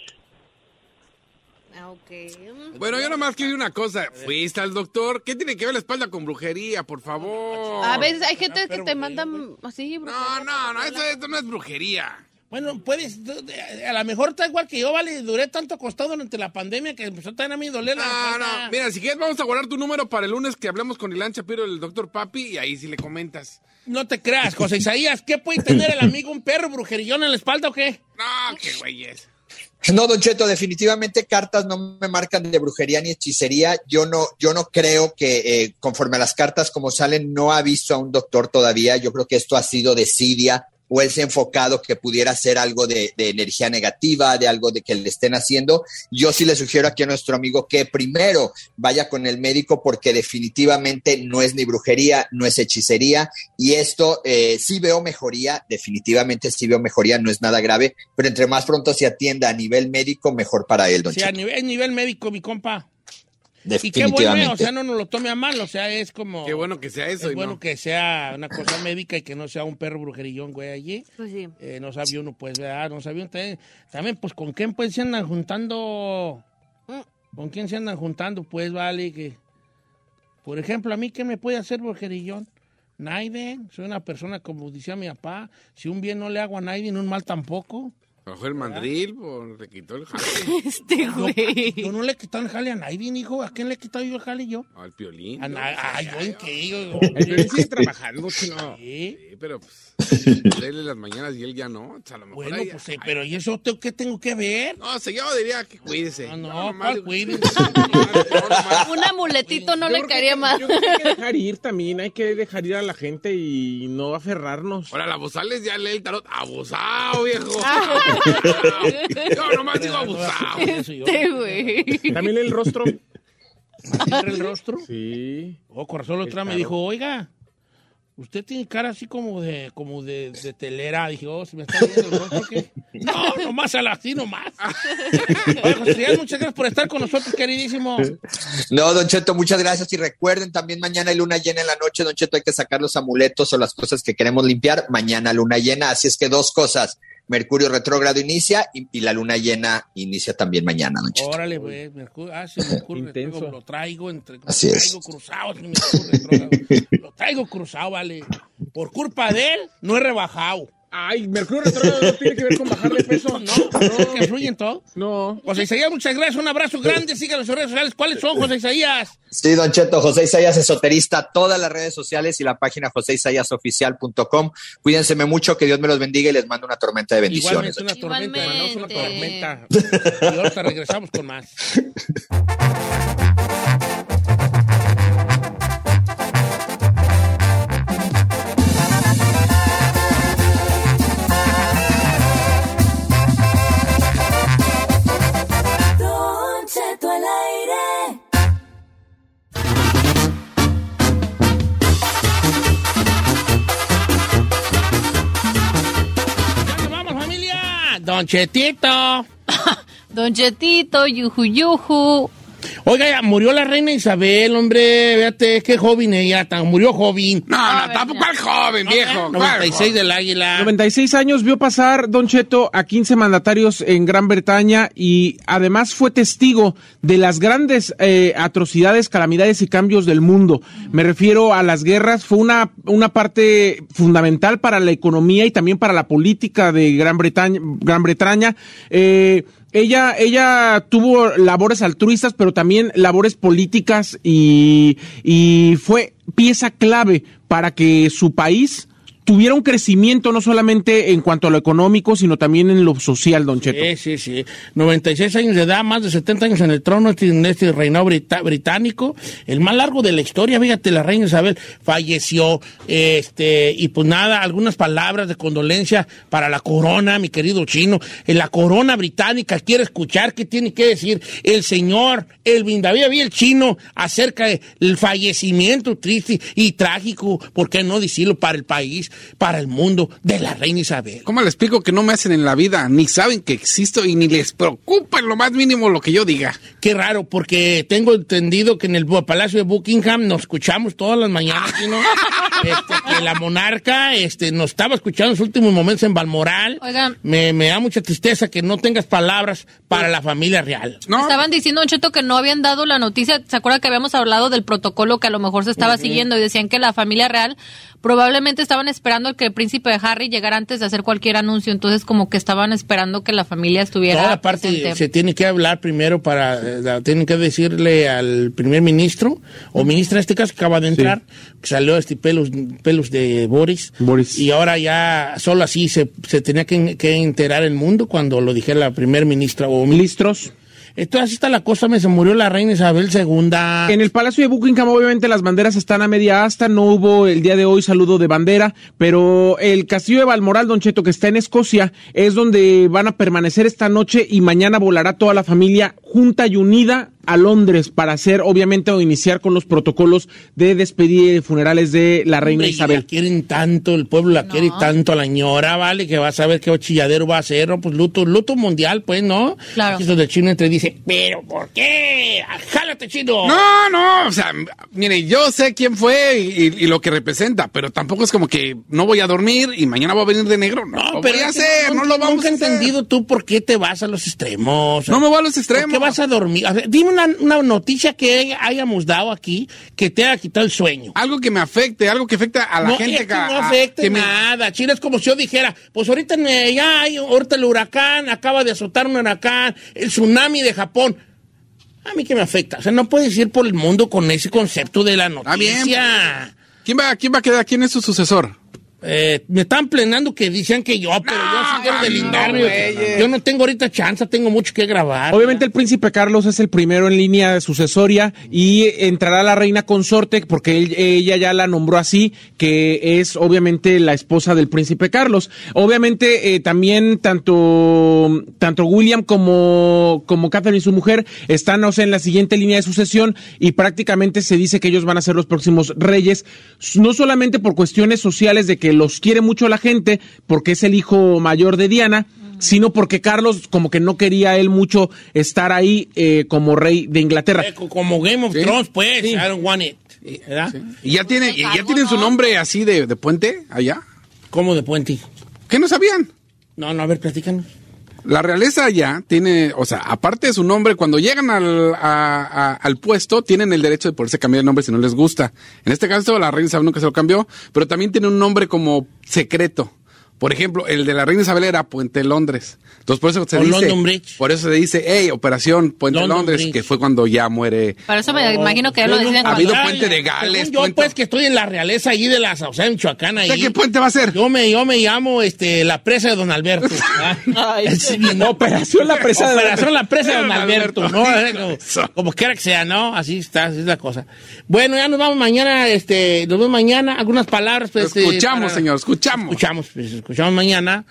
E: Bueno, yo nomás quiero una cosa. Fuiste al doctor. ¿Qué tiene que ver la espalda con brujería, por favor?
D: A veces hay gente que te mandan así. No,
E: no, no, eso, esto no es brujería.
B: Bueno, puedes, a lo mejor está igual que yo, vale, duré tanto acostado durante la pandemia que empezó tan a mí doler la
E: No,
B: espalda.
E: no. Mira, si quieres, vamos a guardar tu número para el lunes que hablemos con Ilan Chapiro, el doctor Papi, y ahí sí le comentas.
B: No te creas, José Isaías, ¿qué puede tener el amigo un perro brujerillón en la espalda o qué?
E: No, qué güeyes.
M: No, Don Cheto, definitivamente cartas no me marcan de brujería ni hechicería. Yo no, yo no creo que eh, conforme a las cartas como salen, no aviso a un doctor todavía. Yo creo que esto ha sido de Siria o él se ha enfocado que pudiera ser algo de, de energía negativa, de algo de que le estén haciendo. Yo sí le sugiero aquí a nuestro amigo que primero vaya con el médico porque definitivamente no es ni brujería, no es hechicería y esto eh, sí veo mejoría, definitivamente sí veo mejoría, no es nada grave, pero entre más pronto se atienda a nivel médico, mejor para él, don
B: O sea, a
M: Cheto.
B: nivel, nivel médico, mi compa. Y qué bueno, eh,
M: Definitivamente.
B: o sea, no nos lo tome a mal, o sea, es como... Qué
E: bueno que sea eso.
B: Es
E: y
B: bueno
E: no.
B: que sea una cosa médica y que no sea un perro brujerillón, güey, allí.
D: Pues sí.
B: Eh, no sabía uno, pues, ¿verdad? No sabía uno. También, también, pues, ¿con quién, pues, se andan juntando? ¿Con quién se andan juntando, pues, vale? Que, por ejemplo, ¿a mí qué me puede hacer brujerillón? Naiden, soy una persona, como decía mi papá, si un bien no le hago a Naiden, un mal tampoco.
E: Bajó el mandril, por, le quitó el jale.
B: Este güey. Yo, no le he quitado el jale a Naiden, hijo. ¿A quién le he quitado yo el jale yo?
E: Al piolín.
B: A na- Ah, ay, yo en qué, yo-
E: El piolín sigue trabajando, chino. Sí. pero pues. Dele las mañanas y él ya no. O sea, a lo mejor
B: Bueno,
E: ahí-
B: pues, eh, pero ¿y eso te- qué tengo que ver?
E: No, sé, yo diría que cuídese.
B: No,
E: Yo
B: no,
E: nomás
B: ¿cuál
E: digo-
B: cuide?
D: Un amuletito no le caería mal.
C: Yo creo que hay que dejar ir también, hay que dejar ir a la gente y no aferrarnos.
E: Ahora, la Bozales ya lee el tarot. Abusado, viejo.
B: Ah.
E: Yo nomás digo abusado.
J: Este,
C: También el rostro.
B: ¿Cierra el rostro?
C: Sí.
B: Oh, corazón, la otra me
C: Claro.
B: dijo, oiga, usted tiene cara así como de, como de, de telera. Dije, oh, se me está viendo el rostro, ¿qué? No, nomás a la, así nomás. Oye, José Trián, muchas gracias por estar con nosotros, queridísimo.
M: No, Don Cheto, muchas gracias. Y recuerden también mañana hay luna llena en la noche, Don Cheto, hay que sacar los amuletos o las cosas que queremos limpiar. Mañana luna llena, así es que dos cosas. Mercurio retrógrado inicia y, y la luna llena inicia también mañana, Don Cheto.
B: Órale, pues, Mercurio, ah, sí, Mercurio, retrógrado, lo traigo entre, lo
M: Así es.
B: traigo cruzado, sí, Mercurio retrógrado. lo traigo cruzado, vale. Por culpa de él, no he rebajado.
C: Ay, Mercurio retrógrado no tiene que ver con bajar de peso.
B: No, no, que influyen todo.
C: No.
B: José Isaías, muchas gracias, un abrazo grande, síganos en sus redes sociales. ¿Cuáles son, José Isaías?
M: Sí, Don Cheto, José Isayas Esoterista, todas las redes sociales y la página joseisayasoficial.com. Cuídense mucho, que Dios me los bendiga y les mando una tormenta de bendiciones.
B: Igualmente una tormenta, mandamos una tormenta.
M: Igualmente.
B: Y ahorita regresamos con más.
G: Don Cheto al aire.
B: ¡Vamos, familia! Ah, Don Chetito.
D: Don Chetito, yuju, yuju.
B: Oiga, ya murió la reina Isabel, hombre. Véate, qué joven ella. tan- murió joven.
E: No, no, tampoco el joven, viejo.
B: 96 del águila.
C: 96 años vio pasar Don Cheto a 15 mandatarios en Gran Bretaña y además fue testigo de las grandes eh, atrocidades, calamidades y cambios del mundo. Me refiero a las guerras, fue una, una parte fundamental para la economía y también para la política de Gran Bretaña. Gran Bretaña. Eh, ella, ella tuvo labores altruistas, pero también labores políticas y, y fue pieza clave para que su país tuviera un crecimiento no solamente en cuanto a lo económico, sino también en lo social, don Cheto.
B: Sí, sí, sí. 96 años de edad, más de 70 años en el trono, este, en este reinado brita- británico, el más largo de la historia, fíjate, la reina Isabel falleció, este, y pues nada, algunas palabras de condolencia para la corona, mi querido chino, en la corona británica quiere escuchar qué tiene que decir el señor, el David Abiel chino, acerca del fallecimiento triste y trágico, ¿por qué no decirlo para el país, para el mundo de la reina Isabel?
E: ¿Cómo le explico que no me hacen en la vida? Ni saben que existo y ni les preocupa en lo más mínimo lo que yo diga.
B: Qué raro, porque tengo entendido que en el Palacio de Buckingham nos escuchamos todas las mañanas, ¿sí, ¿no? Este,
E: Ah.
B: que la monarca este, nos estaba escuchando en sus últimos momentos en Balmoral.
D: Oigan.
B: Me, me da mucha tristeza que no tengas palabras para la familia real.
D: Estaban diciendo, Don Cheto, que no habían dado la noticia. ¿Se acuerda que habíamos hablado del protocolo que a lo mejor se estaba
B: Ujú.
D: siguiendo? Y decían que la familia real probablemente estaban esperando que el príncipe Harry llegara antes de hacer cualquier anuncio. Entonces, como que estaban esperando que la familia estuviera.
B: Toda parte
D: presente.
B: se tiene que hablar primero para, eh, la- tienen que decirle al primer ministro, o ministra en este caso, que acaba de entrar, que salió este pelos, pelos de Boris.
C: Boris.
B: Y ahora ya solo así se, se tenía que, que enterar el mundo cuando lo dijera la primer ministra o ministros. Entonces así está la cosa, me se murió la reina Isabel II.
C: En el Palacio de Buckingham, obviamente, las banderas están a media asta. No hubo el día de hoy saludo de bandera, pero el castillo de Balmoral, Don Cheto, que está en Escocia, es donde van a permanecer esta noche y mañana volará toda la familia junta y unida a Londres para hacer, obviamente, o iniciar con los protocolos de despedida y Eh, funerales de la reina
B: Hombre, y
C: Isabel.
B: La quieren tanto, el pueblo la quiere tanto, a la ñora, ¿vale? Que va a saber qué chilladero va a ser, ¿no? Pues luto, luto mundial, pues, ¿no?
D: Claro.
B: Eso de China entre dice, pero ¿por qué? Eh, ¡Jálate, chino!
E: No, no, o sea, mire, yo sé quién fue y, y- y lo que representa, pero tampoco es como que no voy a dormir y mañana voy a venir de negro. No, lo voy a
B: es que
E: hacer, no, lo vamos
B: nunca
E: a
B: he
E: hacer.
B: entendido tú por qué te vas a los extremos.
E: No me voy a los
B: ¿Por qué vas a dormir? A ver, dime una, una noticia que hay- hayamos dado aquí que te haya quitado el sueño.
E: Algo que me afecte, algo que afecte a la
B: no,
E: gente
B: es que
E: a-
B: no
E: a-
B: afecta
E: que me-
B: nada. Chile, es como si yo dijera, pues ahorita me- ya hay, ahorita el huracán, acaba de azotar un huracán, el tsunami de Japón. A mí que me afecta. O sea, no puedes ir por el mundo con ese concepto de la noticia.
E: bien, ¿Quién va, ¿Quién va a quedar? ¿Quién es su sucesor?
B: Eh, me están plenando que decían que yo, pero yo sí quiero delindarme. yo no tengo ahorita chance, tengo mucho que grabar.
C: Obviamente el príncipe Carlos es el primero en línea de sucesoria y entrará la reina consorte porque él- ella ya la nombró así, que es obviamente la esposa del príncipe Carlos. Obviamente eh, también tanto, tanto William como, como Catherine, su mujer, están o sea, en la siguiente línea de sucesión y prácticamente se dice que ellos van a ser los próximos reyes, no solamente por cuestiones sociales de que los quiere mucho la gente, porque es el hijo mayor de Diana, sino porque Carlos como que no quería él mucho estar ahí eh, como rey de Inglaterra.
B: Eh, Como Game of Thrones, pues, I don't want it. ¿Verdad?
E: ¿Y ya, tiene, y ya tienen su nombre así de, de puente allá?
B: ¿Cómo de puente?
E: ¿Qué no sabían?
B: No, no, a ver, platícanos.
E: La realeza allá tiene, o sea, aparte de su nombre, cuando llegan al, a- a- al puesto, tienen el derecho de poderse cambiar el nombre si no les gusta. En este caso, la reina Isabel nunca se lo cambió, pero también tiene un nombre como secreto. Por ejemplo, el de la reina Isabel era Puente Londres. Entonces, por eso se
B: O
E: dice.
B: London Bridge.
E: Por eso se dice, hey, Operación Puente
B: London
E: Londres,
B: Bridge.
E: que fue cuando ya muere.
D: Para eso
B: Oh,
D: me imagino que ya lo decían
E: Ha habido
B: pues.
D: cuando-
E: puente de Gales.
B: Según yo, pues, que estoy en la realeza ahí de la Sauceda, Michoacán. Ahí.
E: qué puente va a ser?
B: Yo me, yo me llamo este, la presa de Don Alberto. ¿verdad? Ah, Es bien-
C: Operación la presa de Don
B: Operación la presa de Don
C: Alberto.
B: Alberto. ¿no? Eh, como- Como quiera que sea, ¿no? Así está, así es la cosa. Bueno, ya nos vamos mañana, este, nos vemos mañana. Algunas palabras. Pues, este,
E: Escuchamos,
B: para-
E: señor, escuchamos.
B: Escuchamos, pues, escuchamos mañana.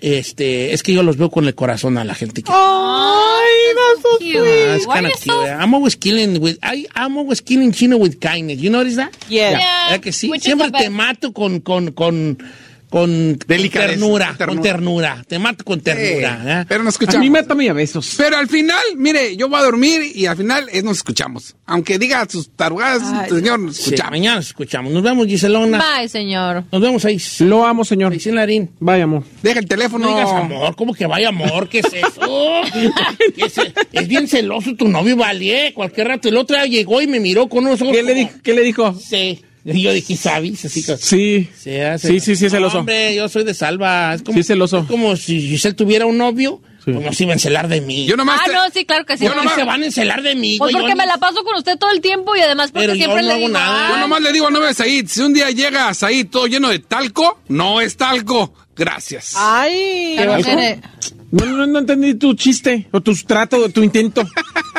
B: Este, es que yo los veo con el corazón a la gente. que-
F: Ay, that's so
B: Ah, it's
F: sweet.
B: kinda cute. I'm always killing with I, I'm always killing Chino with kindness. You notice that?
F: Yeah.
B: Yeah,
F: Yeah,
B: ¿verdad que sí?
F: which is
B: Siempre
F: the best.
B: te mato con con con con
E: Delicadeza,
B: ternura,
E: ternura.
B: con ternura. Te mato con ternura,
E: Sí,
B: ¿eh?
E: pero no escuchamos. A mí
C: me toma a besos.
E: Pero al final, mire, yo voy a dormir y al final eh, nos escuchamos. Aunque diga sus tarugadas, este señor, nos
B: Sí,
E: escuchamos.
B: mañana nos escuchamos. Nos vemos, Giselona.
D: Bye, señor.
B: Nos vemos ahí.
C: Lo amo, señor.
B: Sin larín.
C: Vaya, amor.
E: Deja el teléfono.
B: No digas amor, ¿cómo que vaya amor? ¿Qué es eso? ¿Qué es, es bien celoso tu novio, vale. Cualquier rato el otro día llegó y me miró con unos ojos.
C: ¿Qué le, di- qué le dijo?
B: Sí. Y yo dije, ¿sabes? Así que...
C: Sí.
B: Sí, ah,
C: Sí, sí, sí, es
B: No,
C: celoso.
B: Hombre, yo soy de salva. Es como,
C: Sí, es celoso.
B: es como si Giselle tuviera un novio Pues no se iba a encelar de mí. Yo
D: ah, no, sí, claro que sí.
B: Yo nomás se van a encelar de mí, güey,
D: Pues
B: yo
D: porque
B: no-
D: me la paso con usted todo el tiempo y además porque
E: Pero yo
D: siempre
E: no
D: le
E: hago
D: digo.
E: nada. Yo nomás le digo a Nueve Said, si un día llega a Said todo lleno de talco, no es talco. Gracias.
F: Ay,
C: ¿Qué vas a- No, no, no entendí tu chiste, o tu trato, o tu intento.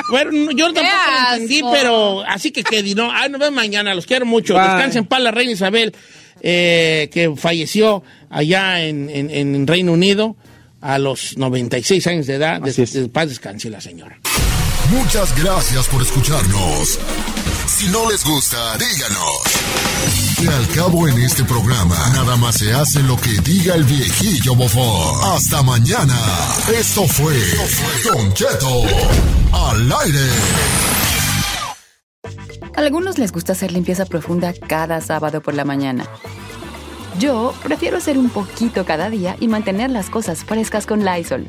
B: Bueno, no, yo tampoco lo
F: asco!
B: entendí, pero así que quedé, no. Ah, nos vemos mañana, los quiero mucho. Descansen para la reina Isabel, eh, que falleció allá en, en- en Reino Unido a los 96 años de edad. Des- des- paz descanse la señora.
L: Muchas gracias por escucharnos. Si no les gusta, díganos. Y al cabo en este programa, nada más se hace lo que diga el viejillo bofón. Hasta mañana. Esto fue Don Cheto al aire.
P: Algunos les gusta hacer limpieza profunda cada sábado por la mañana. Yo prefiero hacer un poquito cada día y mantener las cosas frescas con Lysol.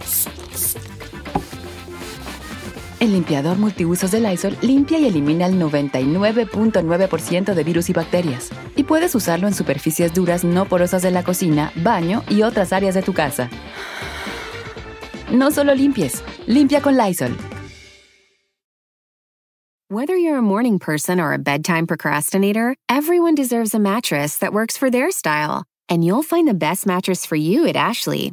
P: El limpiador multiusos de Lysol limpia y elimina el 99.9% de virus y bacterias. Y puedes usarlo en superficies duras no porosas de la cocina, baño y otras áreas de tu casa. No solo limpies, limpia con Lysol.
Q: Whether you're a morning person or a bedtime procrastinator, everyone deserves a mattress that works for their style. And you'll find the best mattress for you at Ashley.